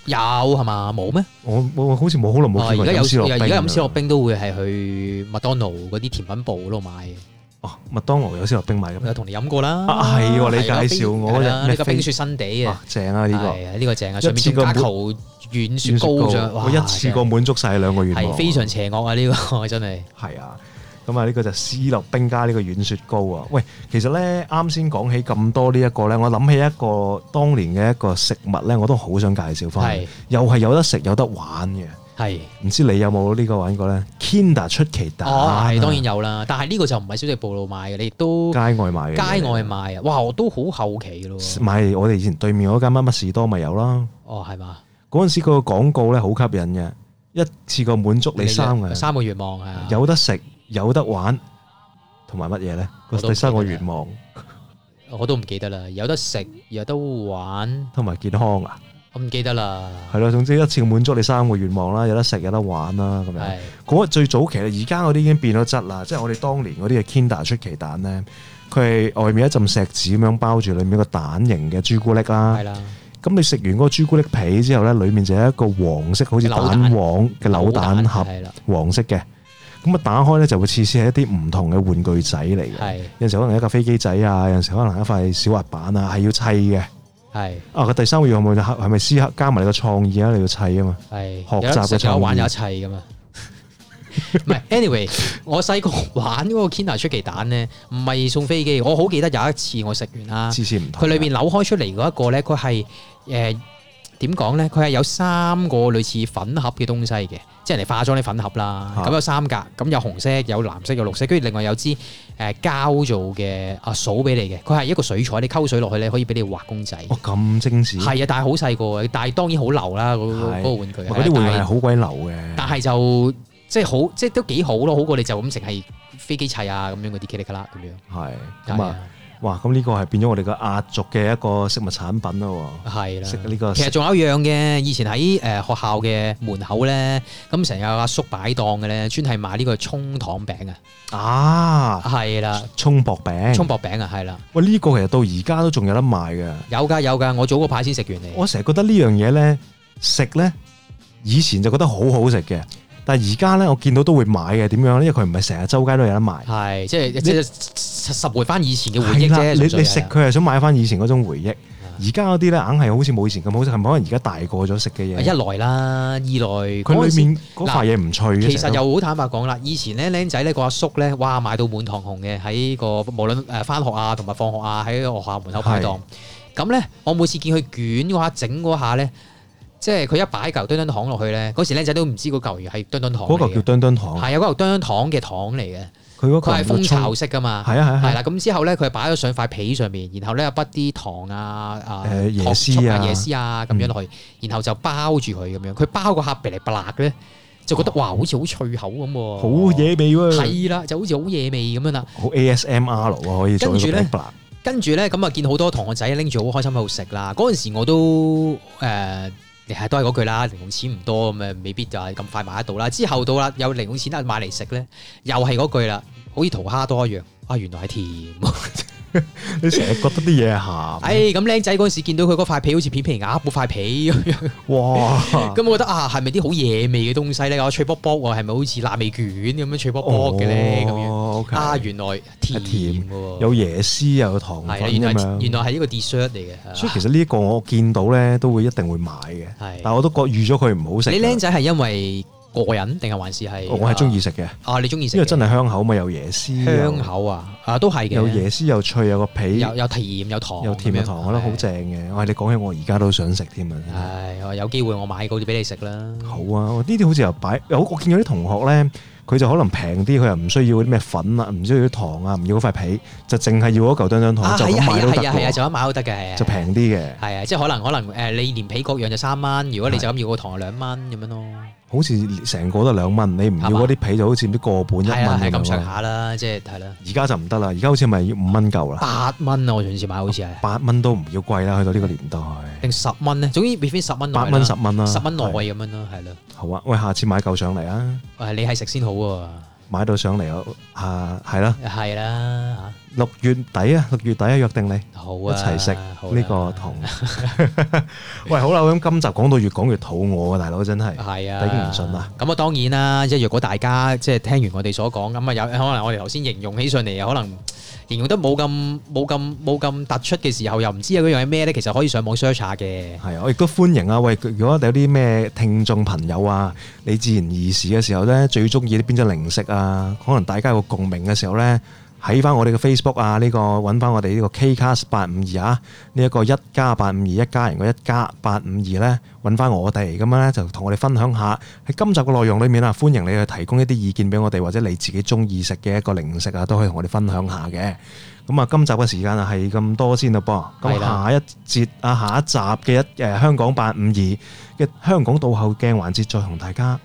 Speaker 2: 有係嘛？冇咩？
Speaker 1: 我我我好似冇好耐
Speaker 2: 哦
Speaker 1: 冇見過
Speaker 2: 而家有
Speaker 1: 飲思樂冰。啊
Speaker 2: 而家飲思樂，冰都會係去麥當勞嗰啲甜品部嗰度買嘅。
Speaker 1: 哦，麥當勞有思樂冰買
Speaker 2: 有
Speaker 1: 嘅，
Speaker 2: 同你飲過啦，
Speaker 1: 啊係喎你介紹
Speaker 2: 係啦
Speaker 1: 我嗰日
Speaker 2: 係啦
Speaker 1: 咩
Speaker 2: 呢個
Speaker 1: 飛
Speaker 2: 冰雪新地嘅，
Speaker 1: 哇，正啊呢個
Speaker 2: 係啊呢個正啊，
Speaker 1: 一次
Speaker 2: 上面仲
Speaker 1: 過
Speaker 2: 加
Speaker 1: 滿
Speaker 2: 球軟雪糕咗，
Speaker 1: 我一次過滿足晒兩個願
Speaker 2: 係
Speaker 1: 望，
Speaker 2: 非常邪惡啊！呢個 真係
Speaker 1: 係啊。咁啊，呢個就思樂冰加呢個軟雪糕啊！喂，其實咧啱先講起咁多呢一個咧，我諗起一個當年嘅一個食物咧，我都好想介紹翻
Speaker 2: 係，
Speaker 1: 又係有得食有得玩嘅。
Speaker 2: 係
Speaker 1: 唔知你有冇呢個玩過咧？Kinder 出奇蛋
Speaker 2: 哦，
Speaker 1: 啊，
Speaker 2: 係當然有啦，但係呢個就唔係小食部度買嘅，你亦都街
Speaker 1: 街外買嘅，
Speaker 2: 外賣啊！哇，我都好後期咯，
Speaker 1: 買我哋以前對面嗰間乜乜士多咪有啦。
Speaker 2: 哦係嘛？
Speaker 1: 嗰陣時個廣告咧好吸引嘅，一次過滿足你三個人，
Speaker 2: 三個願望係啊，
Speaker 1: 有得食有得玩，同埋乜嘢咧？個
Speaker 2: 我都唔記得啦
Speaker 1: 第三個願望
Speaker 2: 我都唔記得啦，有得食有得玩，
Speaker 1: 同埋健康啊，
Speaker 2: 我唔記得啦，
Speaker 1: 係咯。總之一次過滿足你三個願望啦，有得食有得玩啦咁樣。
Speaker 2: 係
Speaker 1: 嗰個最早期咧，而家嗰啲已經變咗質啦，即係我哋當年嗰啲嘅 Kinder 出奇蛋咧，佢係外面一浸錫紙咁樣包住裡面個蛋形嘅朱古力啦。
Speaker 2: 係啦，
Speaker 1: 咁你食完嗰個朱古力皮之後呢，裡面就有一個黃色好似蛋黃嘅扭蛋盒，
Speaker 2: 係啦，
Speaker 1: 黃色嘅。咁啊打開呢，就會似似係一啲唔同嘅玩具仔嚟嘅。
Speaker 2: 係
Speaker 1: 有陣時可能一架飛機仔啊，有陣時可能係一塊小滑板啊，係要砌嘅。
Speaker 2: 係。
Speaker 1: 啊，個第三個願望就係係咪思考加埋你個創意啊？你要砌啊嘛。
Speaker 2: 係
Speaker 1: 學
Speaker 2: 有得
Speaker 1: 習嘅
Speaker 2: 食
Speaker 1: 創
Speaker 2: 有得玩
Speaker 1: 意
Speaker 2: 有一切咁啊！唔係，anyway，我細個玩嗰個 Kinder 出奇蛋咧，唔係送飛機，我好記得有一次我食完啦，
Speaker 1: 次次唔同。
Speaker 2: 啊佢裏邊扭開出嚟嗰一個咧，佢係誒點講咧？佢係有三個類似粉盒嘅東西嘅，即係人哋化妝啲粉盒啦。
Speaker 1: 啊
Speaker 2: 咁有三格，咁有紅色、有藍色、有綠色，跟住另外有支誒膠做嘅啊掃俾你嘅，佢係一個水彩，你溝水落去咧，可以俾你畫公仔。
Speaker 1: 哦咁精緻，
Speaker 2: 係啊，但係好細個嘅，但係當然好流啦，嗰個
Speaker 1: 係
Speaker 2: 嗰個玩具。啊
Speaker 1: 哇嗰啲玩具係好鬼流嘅。
Speaker 2: 但係就即係好，即係都幾好咯，好過你就咁淨係飛機砌啊咁樣嗰啲 k 哩卡啦咁樣。
Speaker 1: 係咁
Speaker 2: 係
Speaker 1: 啊，
Speaker 2: 啊，
Speaker 1: 哇！咁呢個係變咗我哋個壓軸嘅一個食物產品咯喎。
Speaker 2: 係啦
Speaker 1: 食。呢個
Speaker 2: 其實
Speaker 1: 啊食
Speaker 2: 仲有一樣嘅，以前喺誒、呃、學校嘅門口咧，咁成日有阿叔擺檔嘅咧，專係賣呢個葱糖餅啊，
Speaker 1: 啊，
Speaker 2: 係啦，
Speaker 1: 葱薄餅。
Speaker 2: 葱薄餅啊，係啦，
Speaker 1: 喂，呢個其實到而家都仲有得賣嘅。
Speaker 2: 有㗎有㗎，我早嗰排先食完嚟，
Speaker 1: 我成日覺得呢樣嘢咧，食咧以前就覺得好好食嘅，但係而家咧我見到都會買嘅。點樣咧？因為佢唔係成日周街都有得賣。
Speaker 2: 係即係即係拾回翻以前嘅回憶
Speaker 1: 係啦
Speaker 2: 啫，
Speaker 1: 你
Speaker 2: 純粹
Speaker 1: 你食
Speaker 2: 係啊啊
Speaker 1: 佢係想買翻以前嗰種回憶。而家嗰啲咧硬係好似冇以前咁好食，係咪可能而家大個咗食嘅嘢？
Speaker 2: 一來啦，二來
Speaker 1: 佢
Speaker 2: 啊嗰陣
Speaker 1: 裏
Speaker 2: 時
Speaker 1: 面嗰塊嘢唔脆嘅，
Speaker 2: 其實
Speaker 1: 成日都
Speaker 2: 又好坦白講啦，以前咧僆仔咧個阿叔咧，哇買到滿堂紅嘅，喺個無論誒翻學啊同埋放學啊喺學校門口擺檔。咁咧，我每次見佢捲嗰下整嗰下咧，即係佢一擺嚿墩墩糖落去咧，嗰時僆仔都唔知嗰嚿係墩墩糖嚟
Speaker 1: 嗰
Speaker 2: 嘅。
Speaker 1: 個叫墩墩糖，
Speaker 2: 係啊，嗰嚿墩墩糖嘅糖嚟嘅，
Speaker 1: 佢嗰個
Speaker 2: 佢係蜂巢
Speaker 1: 係
Speaker 2: 式噶嘛。
Speaker 1: 啊係啊
Speaker 2: 係
Speaker 1: 係啊，
Speaker 2: 啦，咁之後咧，佢係擺咗上塊皮上面，然後咧滗啲糖啊、啊
Speaker 1: 誒椰
Speaker 2: 糖
Speaker 1: 絲
Speaker 2: 醋
Speaker 1: 啊嗯
Speaker 2: 椰絲啊咁樣落去，然後就包住佢咁樣。佢包個盒嚟嚟白辣咧，就覺得哇，好似好脆口咁喎。
Speaker 1: 哦好野味喎，
Speaker 2: 係啦，就好似好野味咁樣啦。
Speaker 1: 好 ASMR 喎，可以做
Speaker 2: 跟住
Speaker 1: 呢個
Speaker 2: 咧
Speaker 1: Big Black
Speaker 2: 跟住咧，咁啊見好多同學仔拎住好開心喺度食啦。嗰陣時我都誒，你係都係嗰句啦，零用錢唔多咁啊，未必就係咁快買得到啦。之後到啦，有零用錢啦，買嚟食咧，又係嗰句啦，好似桃蝦多一樣。啊，原來係甜。
Speaker 1: 你成日覺得啲嘢係鹹，
Speaker 2: 唉，咁僆仔嗰陣時見到佢嗰塊皮好似片皮鴨嗰塊皮咁樣，
Speaker 1: 啊哇！
Speaker 2: 咁我覺得啊，係咪啲好野味嘅東西咧？我脆卜卜喎，係咪好似臘味卷咁樣脆卜卜嘅咧？咁樣
Speaker 1: 哦，OK，
Speaker 2: 啊，原來甜嘅喎，
Speaker 1: 有椰絲又有糖粉
Speaker 2: 係啦，啊原來
Speaker 1: 咁
Speaker 2: 原
Speaker 1: 樣，
Speaker 2: 來係啊一個 dessert 嚟嘅。
Speaker 1: 所以其實呢一個我見到咧都會一定會買嘅，
Speaker 2: 係
Speaker 1: 但我都覺預咗佢唔好食㗎。啊
Speaker 2: 你僆仔係因為過癮定係還是係？
Speaker 1: 我係中意食嘅，
Speaker 2: 啊！你中意食
Speaker 1: 因為真
Speaker 2: 係
Speaker 1: 係香口嘛，有椰絲，有
Speaker 2: 香口啊！啊，都係嘅，
Speaker 1: 有椰絲又脆，有個皮
Speaker 2: 有有甜有糖，
Speaker 1: 又甜嘅糖，我覺得好。正嘅。喂，你講起我而家都想食添啊！真係
Speaker 2: 唉，我有機會我買嗰啲俾你食啦。
Speaker 1: 好啊！我呢啲好似又擺，有我見有啲同學咧，佢就可能平啲，佢又唔需要嗰啲咩粉啊，唔需要啲糖啊，唔要嗰塊皮，就淨係要嗰嚿墩墩
Speaker 2: 啊，
Speaker 1: 糖，就咁
Speaker 2: 係啊，
Speaker 1: 買
Speaker 2: 係
Speaker 1: 都
Speaker 2: 啊，
Speaker 1: 得
Speaker 2: 係啊，係啊，
Speaker 1: 嘅
Speaker 2: 就咁買都得嘅，係啊，
Speaker 1: 喎，就平啲嘅。
Speaker 2: 係啊，即係可能可能誒，你連皮各樣就三蚊，如果你就咁要個糖就兩蚊咁樣咯，
Speaker 1: 好似成個都兩蚊，你唔要
Speaker 2: 係嘛
Speaker 1: 嗰啲皮就好似唔知個半一
Speaker 2: 係啊，係
Speaker 1: 蚊
Speaker 2: 咁
Speaker 1: 咁
Speaker 2: 上
Speaker 1: 樣。
Speaker 2: 下啦，即係係啦，
Speaker 1: 而家就唔得啦，而家好似咪要五蚊夠啦，
Speaker 2: 八蚊啊，我上次買好似係，
Speaker 1: 八蚊都唔要貴啦，去到呢個年代，
Speaker 2: 定十蚊咧，總之 between 十蚊內
Speaker 1: 八
Speaker 2: 啦
Speaker 1: 蚊十蚊啦，
Speaker 2: 十蚊內
Speaker 1: 係
Speaker 2: 咁樣咯，係咯，
Speaker 1: 好啊！喂，下次買嚿上嚟啊，
Speaker 2: 誒你係食先好喎，
Speaker 1: 買到上嚟啊，啊係啦，
Speaker 2: 係啦
Speaker 1: 六月底啊，六月底啊約定你。
Speaker 2: 嚇，好
Speaker 1: 一
Speaker 2: 啊，
Speaker 1: 齊食
Speaker 2: 好
Speaker 1: 呢
Speaker 2: 啦
Speaker 1: 個糖。 喂，好啦，咁今集講到越講越肚餓啊，大佬真係。
Speaker 2: 係啊，
Speaker 1: 頂唔順啊！
Speaker 2: 咁啊，當然啦，即係若果大家即係聽完我哋所講，咁啊有可能我哋頭先形容起上嚟，可能形容得冇咁冇咁冇咁突出嘅時候，又唔知嗰樣係咩咧，其實可以上網 search 下嘅。
Speaker 1: 係啊，我亦都歡迎啊！喂，如果有啲咩聽眾朋友啊，你自然而時嘅時候呢，最中意啲邊隻零食啊？可能大家有個共鳴嘅時候呢，喺翻我哋嘅 Facebook 啊，呢、個揾翻我哋呢個 KCast 八五二啊，呢、一個一加八五二一家人個一加八五二呢，揾翻我哋咁樣呢，就同我哋分享下喺今集嘅內容裏面啊，歡迎你去提供一啲意見俾我哋，或者你自己中意食嘅一個零食啊，都可以同我哋分享下嘅。咁啊，今集嘅時間啊係咁多先啦噃。咁
Speaker 2: 係啦
Speaker 1: 下一節啊，下一集嘅一誒香港八五二嘅香港倒後鏡環節，再同大家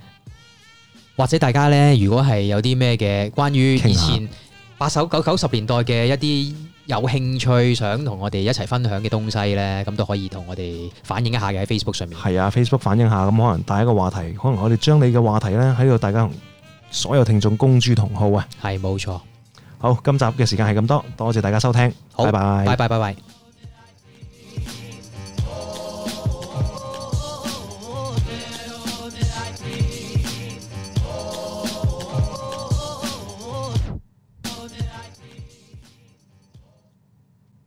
Speaker 2: 或者大家咧，如果係有啲咩嘅關於以前八九九九十年代嘅一啲有興趣想同我哋一齊分享嘅東西咧，咁都可以同我哋反映一下嘅喺 Facebook 上面。
Speaker 1: 係啊 Facebook 反映下，咁可能帶一個話題，可能我哋將你嘅話題呢喺度，大家同所有聽眾公諸同好啊！
Speaker 2: 係冇錯，
Speaker 1: 好，今集嘅時間係咁多，多謝大家收聽，
Speaker 2: 好
Speaker 1: 拜拜
Speaker 2: 拜。拜拜拜。